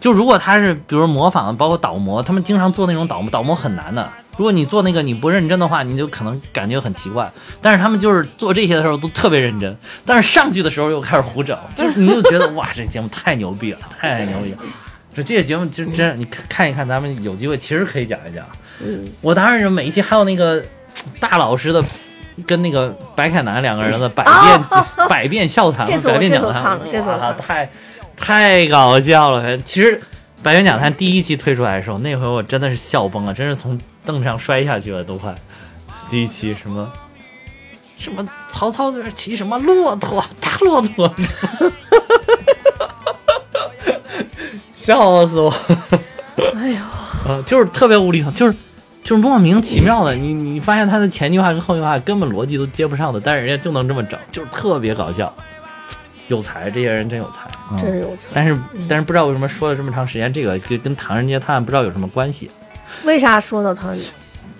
Speaker 2: 就如果他是比如模仿，包括倒模，他们经常做那种倒模，倒模很难的。如果你做那个你不认真的话，你就可能感觉很奇怪。但是他们就是做这些的时候都特别认真，但是上去的时候又开始胡整，就是你就觉得哇，这节目太牛逼了，太牛逼了。这这个节目就真，你看一看，咱们有机会其实可以讲一讲。
Speaker 1: 嗯，
Speaker 2: 我当然是每一期还有那个大老师的，跟那个白凯南两个人的百变、百变笑谈
Speaker 1: 这，次我
Speaker 2: 百变讲
Speaker 1: 这次我看
Speaker 2: 坛
Speaker 1: 了，这次我看了
Speaker 2: 哇太太搞笑了。其实百变讲坛第一期推出来的时候，那回我真的是笑崩了，真是从凳上摔下去了都快。第一期什么？什么曹操在这骑什么骆驼，大骆驼， 笑死我！
Speaker 1: 哎呦，
Speaker 2: 呃，就是特别无厘头，就是就是莫名其妙的，你你发现他的前句话跟后句话根本逻辑都接不上的，但是人家就能这么整，就是特别搞笑，有才，这些人真有才。嗯
Speaker 1: 真是有才。
Speaker 2: 但是但是不知道为什么说了这么长时间，这个跟跟《唐人街探案》不知道有什么关系，
Speaker 1: 为啥说到他？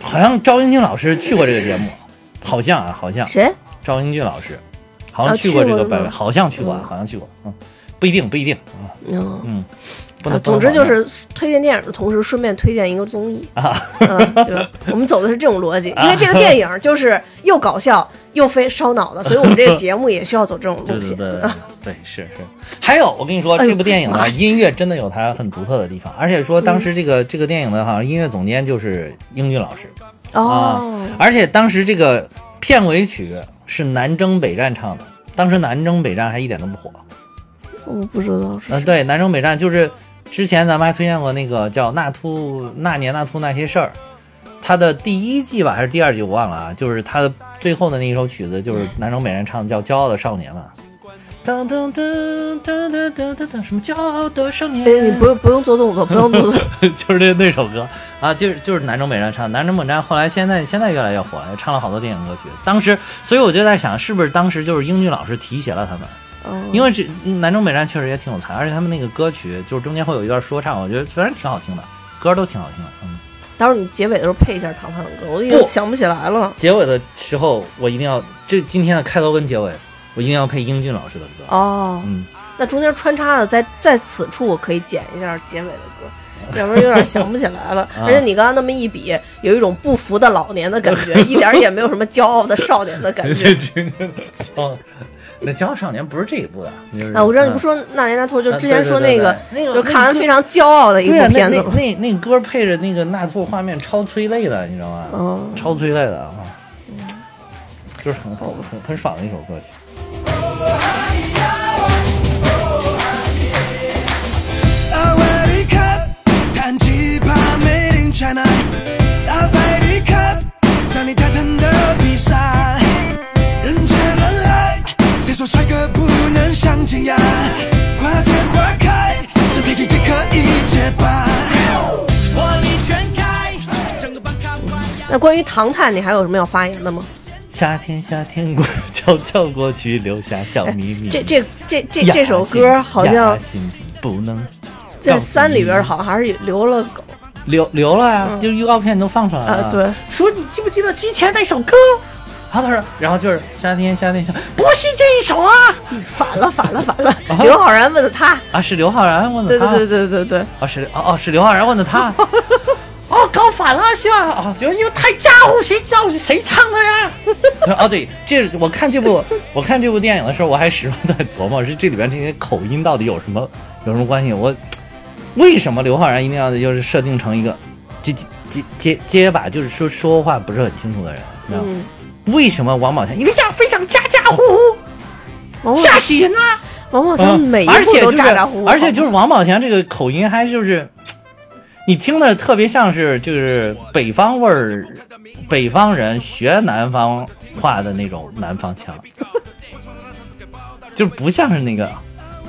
Speaker 2: 好像赵英俊老师去过这个节目，好像啊，好像
Speaker 1: 谁？
Speaker 2: 赵英俊老师好
Speaker 1: 啊
Speaker 2: 像去过
Speaker 1: 去
Speaker 2: 这
Speaker 1: 过
Speaker 2: 个
Speaker 1: 是
Speaker 2: 本
Speaker 1: 吗
Speaker 2: 位，好像去过啊，好像去过，嗯，不一定不一定，嗯
Speaker 1: 嗯。
Speaker 2: 嗯，不
Speaker 1: 啊，
Speaker 2: 能。
Speaker 1: 总
Speaker 2: 不能
Speaker 1: 之就
Speaker 2: 保证
Speaker 1: 是推荐电影的同时，顺便推荐一个综艺
Speaker 2: 啊，
Speaker 1: 嗯，对吧？我们走的是这种逻辑，因为这个电影就是又搞笑又非烧脑的，所以我们这个节目也需要走这种
Speaker 2: 对
Speaker 1: 路
Speaker 2: 对
Speaker 1: 线。
Speaker 2: 对对对，是是。还有，我跟你说，
Speaker 1: 哎呦
Speaker 2: 这部电影
Speaker 1: 妈
Speaker 2: 呢，音乐真的有它很独特的地方，而且说
Speaker 1: 嗯
Speaker 2: 当时这个这个电影的好像音乐总监就是英俊老师啊
Speaker 1: 哦，，
Speaker 2: 而且当时这个片尾曲是南征北战唱的，当时南征北战还一点都不火。
Speaker 1: 我不知道是
Speaker 2: 嗯，对，南征北战就是之前咱们还推荐过那个叫《那突那年那突那些事儿》，他的第一季吧还是第二季我忘了啊，就是他的最后的那一首曲子就是南城美人唱的叫《骄傲的少年》嘛。噔噔噔噔噔噔噔噔，什么骄傲的少年？
Speaker 1: 哎，你不用不用做动作，不用做动作。
Speaker 2: 就是那那首歌啊，就是就是南征北战唱，南征北战后来现在现在越来越火了，唱了好多电影歌曲。当时，所以我就在想，是不是当时就是英俊老师提携了他们？
Speaker 1: 嗯，
Speaker 2: 因为这南征北战确实也挺有才，而且他们那个歌曲就是中间会有一段说唱，我觉得反正挺好听的，歌都挺好听的。嗯，
Speaker 1: 到时候你结尾的时候配一下唐探的歌，我已经
Speaker 2: 不
Speaker 1: 想不起来了。
Speaker 2: 结尾的时候我一定要这今天的开头跟结尾，我一定要配英俊老师的歌。
Speaker 1: 哦，
Speaker 2: 嗯，
Speaker 1: 那中间穿插的在在此处我可以剪一下结尾的 歌，要不然有点想不起来了。
Speaker 2: 啊
Speaker 1: 而且你刚刚那么一比，有一种不服的老年的感 觉，一点儿也没有什么骄傲的少年的感觉。
Speaker 2: 哦， 那《骄傲少年》不是这一部的。就是
Speaker 1: 啊，我知道你不
Speaker 2: 嗯
Speaker 1: 说那年大头，就
Speaker 2: 啊
Speaker 1: 之前
Speaker 2: 对对
Speaker 1: 说
Speaker 2: 对
Speaker 1: 那个，
Speaker 2: 对那个
Speaker 1: 就看完
Speaker 2: 那个
Speaker 1: 非常骄傲的一部
Speaker 2: 对啊，那
Speaker 1: 片子
Speaker 2: 那
Speaker 1: 嘛。
Speaker 2: 那那歌配着那个纳兔画面，超催泪的，你知道吗？
Speaker 1: 嗯
Speaker 2: 超催泪的啊，就是很
Speaker 1: 哦
Speaker 2: 好、很很爽的一首歌曲。
Speaker 3: 萨瓦迪卡，弹吉他 Made in China。萨瓦迪卡，找你泰坦的披萨。人见人爱，谁说帅哥不能相亲呀？花见花开，身体也可以结巴。火力全开，整个班卡哇呀。
Speaker 1: 那关于唐探，你还有什么要发言的吗？
Speaker 2: 夏天，夏天过，悄悄过去，留下小秘密。
Speaker 1: 这这这这
Speaker 2: 压
Speaker 1: 这首
Speaker 2: 心
Speaker 1: 歌好
Speaker 2: 压
Speaker 1: 像
Speaker 2: 心底不能
Speaker 1: 在
Speaker 2: 告诉
Speaker 1: 三里
Speaker 2: 你
Speaker 1: 边，好像还是留了狗
Speaker 2: 留留了呀、就预告片都放出来了。
Speaker 1: 啊，对，
Speaker 2: 说你记不记得之前那首歌？然后他说，然后就是夏天，夏天，夏不是这一首啊，
Speaker 1: 反了反了反了
Speaker 2: 啊。
Speaker 1: 刘昊然问的他，
Speaker 2: 啊是刘昊然问
Speaker 1: 对
Speaker 2: 的他，
Speaker 1: 对对对对对。
Speaker 2: 哦，是哦哦，是刘昊然问 的他。哦，搞反了是吧？哦，因为因为太家伙，谁知道是谁唱的呀？哦，对，这是我看这部我看这部电影的时候，我还始终在琢磨，是这里边这些口音到底有什么有什么关系？我为什么刘昊然一定要就是设定成一个结结结结巴，就是说说话不是很清楚的人？你知道吗
Speaker 1: 嗯，
Speaker 2: 为什么王宝强一定要非常家家户户，
Speaker 1: 王宝
Speaker 2: 吓死人啊！
Speaker 1: 王宝强
Speaker 2: 嗯，
Speaker 1: 每一
Speaker 2: 而且
Speaker 1: 部
Speaker 2: 就
Speaker 1: 都
Speaker 2: 是
Speaker 1: 咋咋呼呼，
Speaker 2: 而且就是王宝强这个口音还就是，你听着特别像是就是北方味儿，北方人学南方话的那种南方腔，就是不像是那个。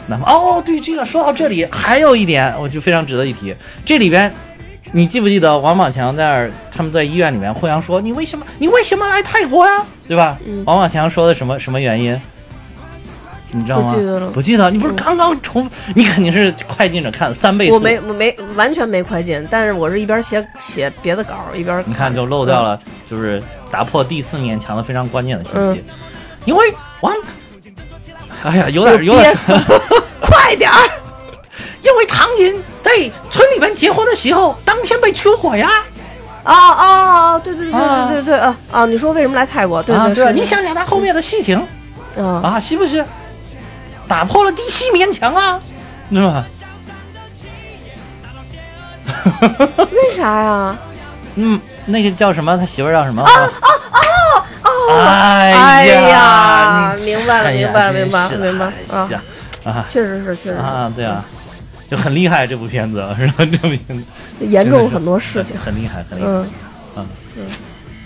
Speaker 2: 南方哦，对，这个说到这里，还有一点，我就非常值得一提。这里边，你记不记得王宝强在那儿他们在医院里面互相说：“你为什么？你为什么来泰国呀、对吧？”
Speaker 1: 嗯
Speaker 2: 王宝强说的什么什么原因？你知道吗？
Speaker 1: 不记得了
Speaker 2: 不记得你不是刚刚重，你肯定是快进着看三倍速。
Speaker 1: 嗯我没我没完全没快进，但是我是一边写写别的稿儿一边
Speaker 2: 你看就漏掉了，就是打破第四面墙的非常关键的信
Speaker 1: 嗯
Speaker 2: 息。因为王，哎呀，有点有
Speaker 1: 憋
Speaker 2: 点，
Speaker 1: 死了，快点儿！
Speaker 2: 因为唐寅在村里边结婚的时候，当天被取火呀。
Speaker 1: 哦哦哦，对对对对
Speaker 2: 啊
Speaker 1: 对对对啊啊！你说为什么来泰国？对
Speaker 2: 啊，
Speaker 1: 对
Speaker 2: 对，
Speaker 1: 是
Speaker 2: 你想想他后面的事情
Speaker 1: 啊，
Speaker 2: 啊，是不是打破了第七面墙啊？
Speaker 1: 嗯
Speaker 2: 对吧？
Speaker 1: 为啥呀？
Speaker 2: 嗯，那个叫什么？他媳妇儿叫什么？啊啊啊！
Speaker 1: 哎
Speaker 2: 哎
Speaker 1: 呀
Speaker 2: 呀，
Speaker 1: 明白了
Speaker 2: 哎呀
Speaker 1: 明白了
Speaker 2: 真
Speaker 1: 明白了
Speaker 2: 是
Speaker 1: 明白了
Speaker 2: 哎呀啊
Speaker 1: 确实是，确实是
Speaker 2: 啊，对啊，就很厉害这部片子， 是吧？这部片子
Speaker 1: 严重很多事情。
Speaker 2: 很厉害，很厉害。
Speaker 1: 嗯，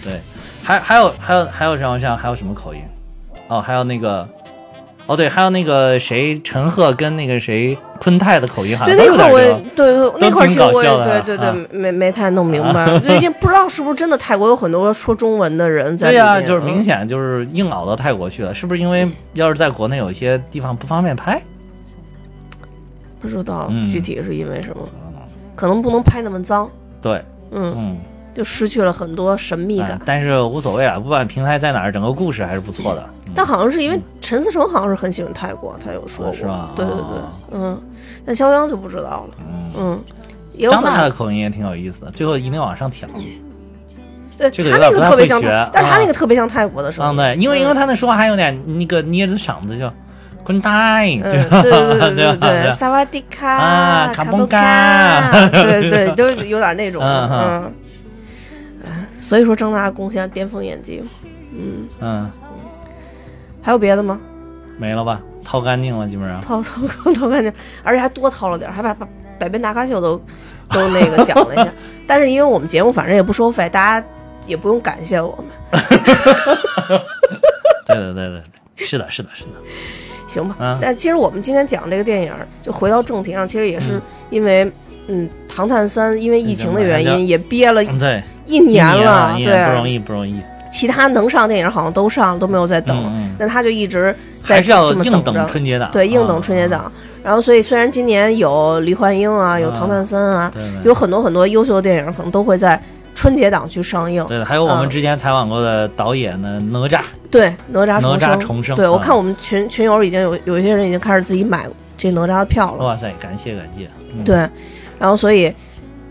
Speaker 2: 对，还还有还有还有什么像还有什么口音？哦，还有那个。哦对，还有那个谁，陈赫跟那个谁昆泰的口音好
Speaker 1: 对
Speaker 2: 像啊
Speaker 1: 那
Speaker 2: 都有
Speaker 1: 块
Speaker 2: 点
Speaker 1: 儿我也
Speaker 2: 儿
Speaker 1: 对对那块儿其实我也
Speaker 2: 都挺搞笑的
Speaker 1: 对
Speaker 2: 啊
Speaker 1: 对对
Speaker 2: 啊
Speaker 1: 没没太弄明白，最近不知道是不是真的泰国有很多说中文的人在
Speaker 2: 对
Speaker 1: 里
Speaker 2: 呀、
Speaker 1: 面
Speaker 2: 就是明
Speaker 1: 嗯
Speaker 2: 显就是硬熬到泰国去了，是不是因为要是在国内有一些地方不方便拍？
Speaker 1: 不知道
Speaker 2: 嗯
Speaker 1: 具体是因为什么，可能不能拍那么脏，
Speaker 2: 对，
Speaker 1: 嗯，
Speaker 2: 嗯，
Speaker 1: 就失去了很多神秘
Speaker 2: 哎
Speaker 1: 感。
Speaker 2: 但是无所谓了，啊不管平台在哪儿，整个故事还是不错的。嗯
Speaker 1: 但好像是因为陈思诚好像是很喜欢泰国，他有说过，
Speaker 2: 啊是吗
Speaker 1: 对对对
Speaker 2: 哦，
Speaker 1: 嗯，但肖央就不知道了，嗯，也有可
Speaker 2: 张大的
Speaker 1: 能，
Speaker 2: 口音也挺有意思的，最后一定往上挑。
Speaker 1: 对
Speaker 2: 这个
Speaker 1: 他那
Speaker 2: 有
Speaker 1: 个
Speaker 2: 点不太
Speaker 1: 特别
Speaker 2: 会
Speaker 1: 像
Speaker 2: 学
Speaker 1: 泰，但是他
Speaker 2: 啊
Speaker 1: 那个特别像泰国的声
Speaker 2: 嗯，
Speaker 1: 音，
Speaker 2: 对，因为因为
Speaker 1: 嗯
Speaker 2: 他那说话还有点那个捏着嗓子就滚蛋，
Speaker 1: 嗯，
Speaker 2: 吧？
Speaker 1: 对对对对对
Speaker 2: 对
Speaker 1: 对，
Speaker 2: 吧。
Speaker 1: 萨瓦迪卡，
Speaker 2: 啊卡
Speaker 1: 布
Speaker 2: 蹦
Speaker 1: 嘎
Speaker 2: 嘎，
Speaker 1: 对对， 都是有点那种，
Speaker 2: 嗯
Speaker 1: 嗯
Speaker 2: 嗯。
Speaker 1: 哎所以说张大贡献巅峰演技，嗯，
Speaker 2: 嗯，
Speaker 1: 还有别的吗？
Speaker 2: 没了吧？掏干净了，基本上。
Speaker 1: 掏掏掏干净，而且还多掏了点儿，还把把百变大咖秀都都那个讲了一下。 但是因为我们节目反正也不收费，大家也不用感谢我们，
Speaker 2: 对对对对，是的，是的，是的，
Speaker 1: 行吧？
Speaker 2: 嗯
Speaker 1: 但其实我们今天讲这个电影儿，就回到正题上，其实也是因为，嗯，唐探三》因为疫情的原
Speaker 2: 嗯
Speaker 1: 因也憋了
Speaker 2: 嗯，对，
Speaker 1: 哎一年
Speaker 2: 一
Speaker 1: 了，
Speaker 2: 一
Speaker 1: 对，啊
Speaker 2: 年不容易，不容易，
Speaker 1: 其他能上电影好像都上，都没有在等。
Speaker 2: 嗯嗯
Speaker 1: 那他就一直在
Speaker 2: 还是要
Speaker 1: 这么
Speaker 2: 硬
Speaker 1: 等
Speaker 2: 等
Speaker 1: 着，
Speaker 2: 春节档，
Speaker 1: 对，硬
Speaker 2: 啊
Speaker 1: 等春节档。然后，所以虽然今年有李焕英啊，
Speaker 2: 嗯
Speaker 1: 有唐探三啊，
Speaker 2: 对对
Speaker 1: 有很多很多优秀的电影，可能都会在春节档去上映。
Speaker 2: 对的，还有我们
Speaker 1: 嗯
Speaker 2: 之前采访过的导演呢，哪吒，
Speaker 1: 对，哪吒重
Speaker 2: 哪
Speaker 1: 生，
Speaker 2: 吒重生
Speaker 1: 对我
Speaker 2: 嗯
Speaker 1: 看我们群群友已经有有一些人已经开始自己买这哪吒的票了。
Speaker 2: 哇塞，感谢感谢，嗯、
Speaker 1: 对，然后所以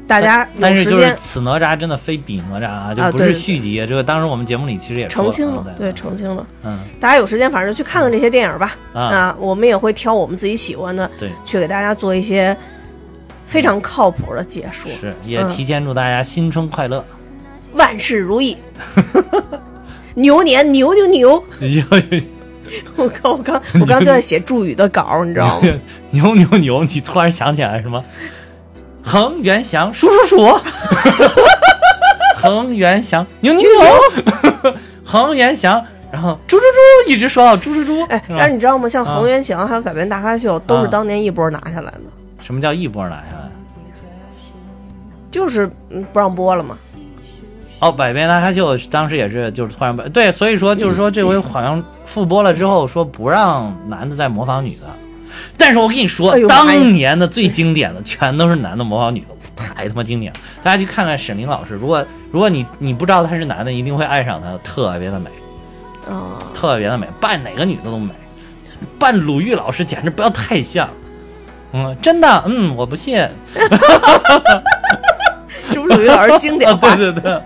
Speaker 1: 大家
Speaker 2: 但
Speaker 1: 有
Speaker 2: 是
Speaker 1: 时
Speaker 2: 就是
Speaker 1: 间
Speaker 2: 此哪吒真的非彼哪吒啊，就
Speaker 1: 啊
Speaker 2: 不
Speaker 1: 对
Speaker 2: 是续集。这个当时我们节目里其实也说
Speaker 1: 澄清
Speaker 2: 了
Speaker 1: 了
Speaker 2: 啊，，
Speaker 1: 对，澄清了。
Speaker 2: 嗯
Speaker 1: 大家有时间反正去看看这些电影吧。
Speaker 2: 啊，
Speaker 1: 啊，我们也会挑我们自己喜欢的，
Speaker 2: 对
Speaker 1: 去给大家做一些非常靠谱的解说。
Speaker 2: 是也
Speaker 1: 嗯
Speaker 2: 提前祝大家新春快 乐，
Speaker 1: 万事如 意，牛年牛牛牛！
Speaker 2: 牛
Speaker 1: 我靠，我刚我刚就在写祝语的稿儿，你知道吗？
Speaker 2: 牛牛牛！你突然想起来什么？恒源祥数数数，恒源祥牛牛牛， 恒源祥，然后猪猪猪，一直说到猪猪猪。
Speaker 1: 哎，
Speaker 2: 是吧
Speaker 1: 但是你知道吗？像
Speaker 2: 啊
Speaker 1: 恒源祥还有百变大咖秀，都是
Speaker 2: 啊
Speaker 1: 当年一波拿下来的，
Speaker 2: 什么叫一波拿下来？啊
Speaker 1: 就是嗯不让播了嘛。
Speaker 2: 哦，百变大咖秀当时也是，就是突然把对，所以说就是说
Speaker 1: 嗯
Speaker 2: 这回好像复播了之后，说不让男的再模仿女的。但是我跟你说，
Speaker 1: 哎呦妈呀
Speaker 2: 当年的最经典的全都是男的模仿女的，太他妈经典了！大家去看看沈凌老师，如果如果你你不知道她是男的，一定会爱上她，特别的美，
Speaker 1: 啊，
Speaker 2: 特别的美，扮哪个女的都美，扮鲁豫老师简直不要太像，嗯，真的，嗯，我不信，
Speaker 1: 这不是鲁豫 老师经典
Speaker 2: 啊，
Speaker 1: 话
Speaker 2: 对？对对。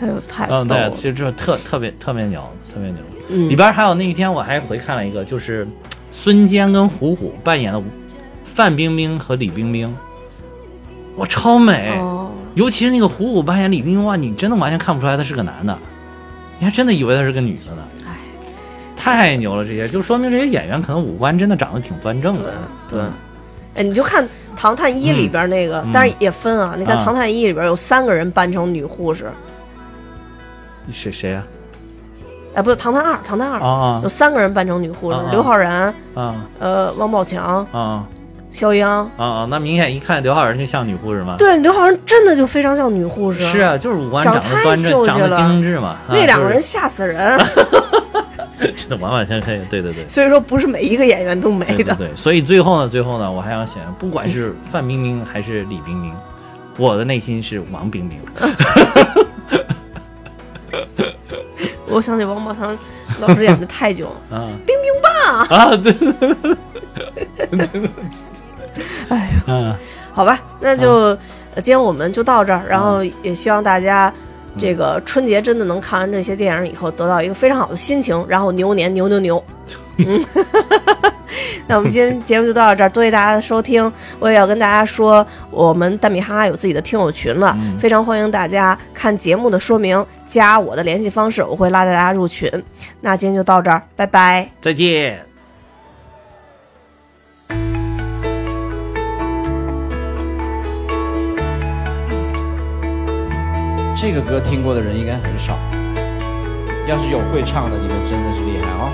Speaker 1: 哎呦，太逗
Speaker 2: 嗯，对
Speaker 1: 了，！
Speaker 2: 其实这特特别特别牛，特别牛。
Speaker 1: 嗯
Speaker 2: 里边还有那一天我还回看了一个，就是孙坚跟虎虎扮演的范冰冰和李冰冰，哇，超美！
Speaker 1: 哦，
Speaker 2: 尤其是那个虎虎扮演李冰冰，哇，你真的完全看不出来他是个男的，你还真的以为他是个女的呢。
Speaker 1: 哎，
Speaker 2: 太牛了！这些就说明这些演员可能五官真的长得挺端正的。
Speaker 1: 对对哎，你就看《唐探一》里边那个，
Speaker 2: 嗯
Speaker 1: 但是也分啊。你看《
Speaker 2: 啊
Speaker 1: 唐探一》里边有三个人扮成女护士，
Speaker 2: 谁谁啊？
Speaker 1: 哎，不是《唐探二》，《唐探二》
Speaker 2: 啊
Speaker 1: 有三个人扮成女护士，
Speaker 2: 啊啊
Speaker 1: 刘昊然、
Speaker 2: 啊
Speaker 1: 呃汪宝强、
Speaker 2: 啊
Speaker 1: 肖央。
Speaker 2: 啊啊！那明显一看刘昊然就像女护士吗？
Speaker 1: 对，刘昊然真的就非常像女护士。
Speaker 2: 是，啊，就是五官
Speaker 1: 长
Speaker 2: 长
Speaker 1: 太
Speaker 2: 得端
Speaker 1: 秀
Speaker 2: 正，
Speaker 1: 气
Speaker 2: 长得
Speaker 1: 了
Speaker 2: 精致嘛。啊
Speaker 1: 那两个
Speaker 2: 就是
Speaker 1: 人吓死人，
Speaker 2: 真的完完全全，对对对，
Speaker 1: 所以说不是每一个演员都美
Speaker 2: 对对
Speaker 1: 的。
Speaker 2: 对。所以最后呢，最后呢，我还想写，不管是范冰冰还是李冰冰，我的内心是王冰冰。
Speaker 1: 我想起王宝强老师演的泰囧，
Speaker 2: 啊，冰冰棒啊，对，对对
Speaker 1: 哎呀，
Speaker 2: 嗯，
Speaker 1: 好吧，那就、呃今天我们就到这儿，然后也希望大家。这个春节真的能看完这些电影以后，得到一个非常好的心情，然后牛年牛牛牛。嗯， 那我们今天节目就到这儿，多谢大家的收听。我也要跟大家说，我们蛋米哈哈有自己的听友群了，非常欢迎大家看节目的说明，加我的联系方式，我会拉大家入群。那今天就到这儿，拜拜。
Speaker 2: 再见。
Speaker 4: 这个歌听过的人应该很少，要是有会唱的，你们真的是厉害哦。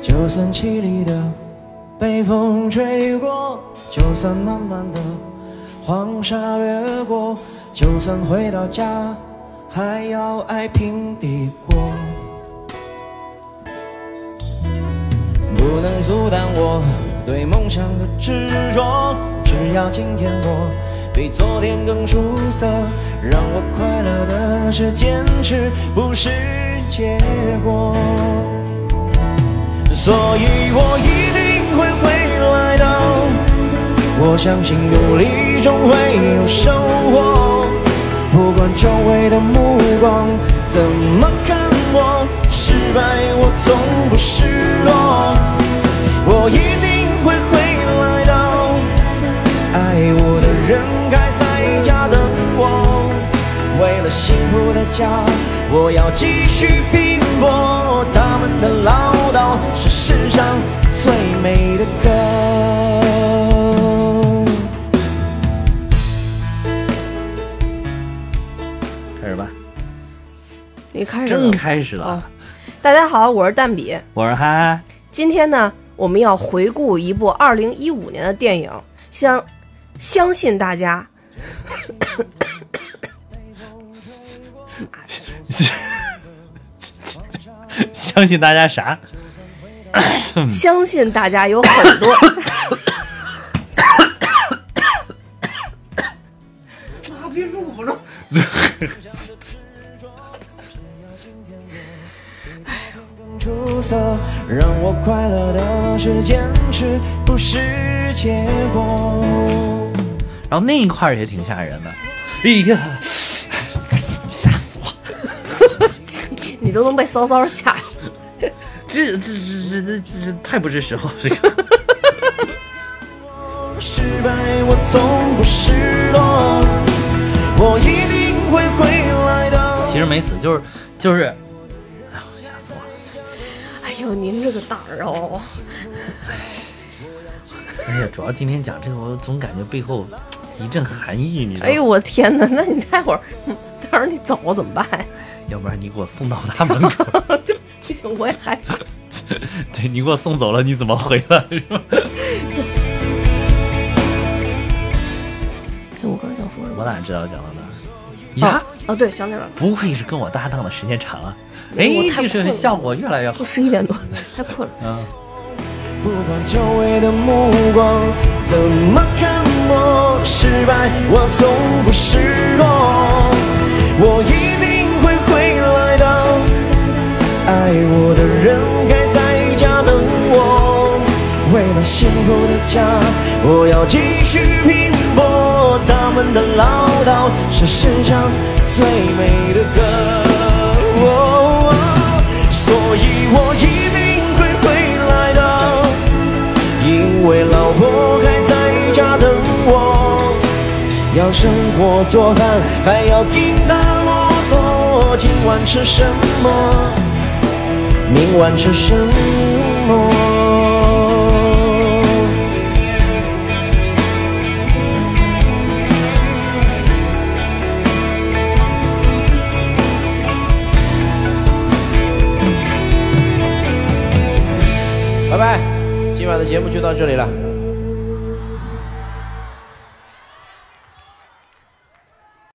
Speaker 4: 就算凄厉的被风吹过，就算漫漫的黄沙掠过，就算回到家还要挨平底锅，不能阻挡我对梦想的执着。只要今天我比昨天更出色，让我快乐的是坚持，不是结果。所以我一定会回来的，我相信努力终会有收获。不管周围的目光怎么看我，失败我从不失落，我一定会回来的。爱我的人还在家等我。为了幸福的家，我要继续拼搏。薄，他们的唠叨是世上最美的歌。
Speaker 2: 开始吧，
Speaker 1: 你开始
Speaker 2: 真
Speaker 1: 了。
Speaker 2: 开啊始
Speaker 1: 哎哦
Speaker 2: 了。
Speaker 1: 大家好，我是蛋比。
Speaker 2: 我说嗨，
Speaker 1: 今天呢，我们要回顾一部二零一五年的电影，相相信大家，
Speaker 2: 相信大家啥？
Speaker 1: 相信大家有很多。
Speaker 4: 出色，让我快乐的是坚持，不是结果。
Speaker 2: 然后那一块儿也挺吓人的。哎呀，
Speaker 1: 你都能被骚骚吓着。
Speaker 2: 这这这这这这太不是时候，这个
Speaker 4: 失败我从不失落，我一定会回来的。
Speaker 2: 其实没死，就是就是，哎呦吓死我了！
Speaker 1: 哎呦，您这个胆儿哦！
Speaker 2: 哎呀，主要今天讲这个，我总感觉背后一阵寒意，你知道吗？
Speaker 1: 哎呦，我天哪！那你待会儿，嗯待会儿你走怎么办 呀？
Speaker 2: 要不然你给我送到他门口，
Speaker 1: 不行，我也害怕。
Speaker 2: 对你给我送走了，你怎么回来？是吧？
Speaker 1: 哎我刚才想说什么？
Speaker 2: 我哪知道讲到哪儿？呀，
Speaker 1: 哦，对，想起来了，
Speaker 2: 不愧是跟我搭档的时间长啊！哎
Speaker 1: 没有我，太
Speaker 2: 这是
Speaker 1: 困了
Speaker 2: 效果越来越好
Speaker 1: 都。哦十一点多，太困了。
Speaker 2: 嗯，
Speaker 4: 不管周围的目光怎么看我，失败我从不失落，我一定会回来的。爱我的人还在家等我，为了幸福的家，我要继续拼搏。他们的唠叨是世上最美的歌。哦哦所以我一定会回来的。因为老婆还在家等我，要生活做饭，还要听她啰嗦，今晚吃什么，明晚吃什么。拜拜，今晚的节目就到这里了。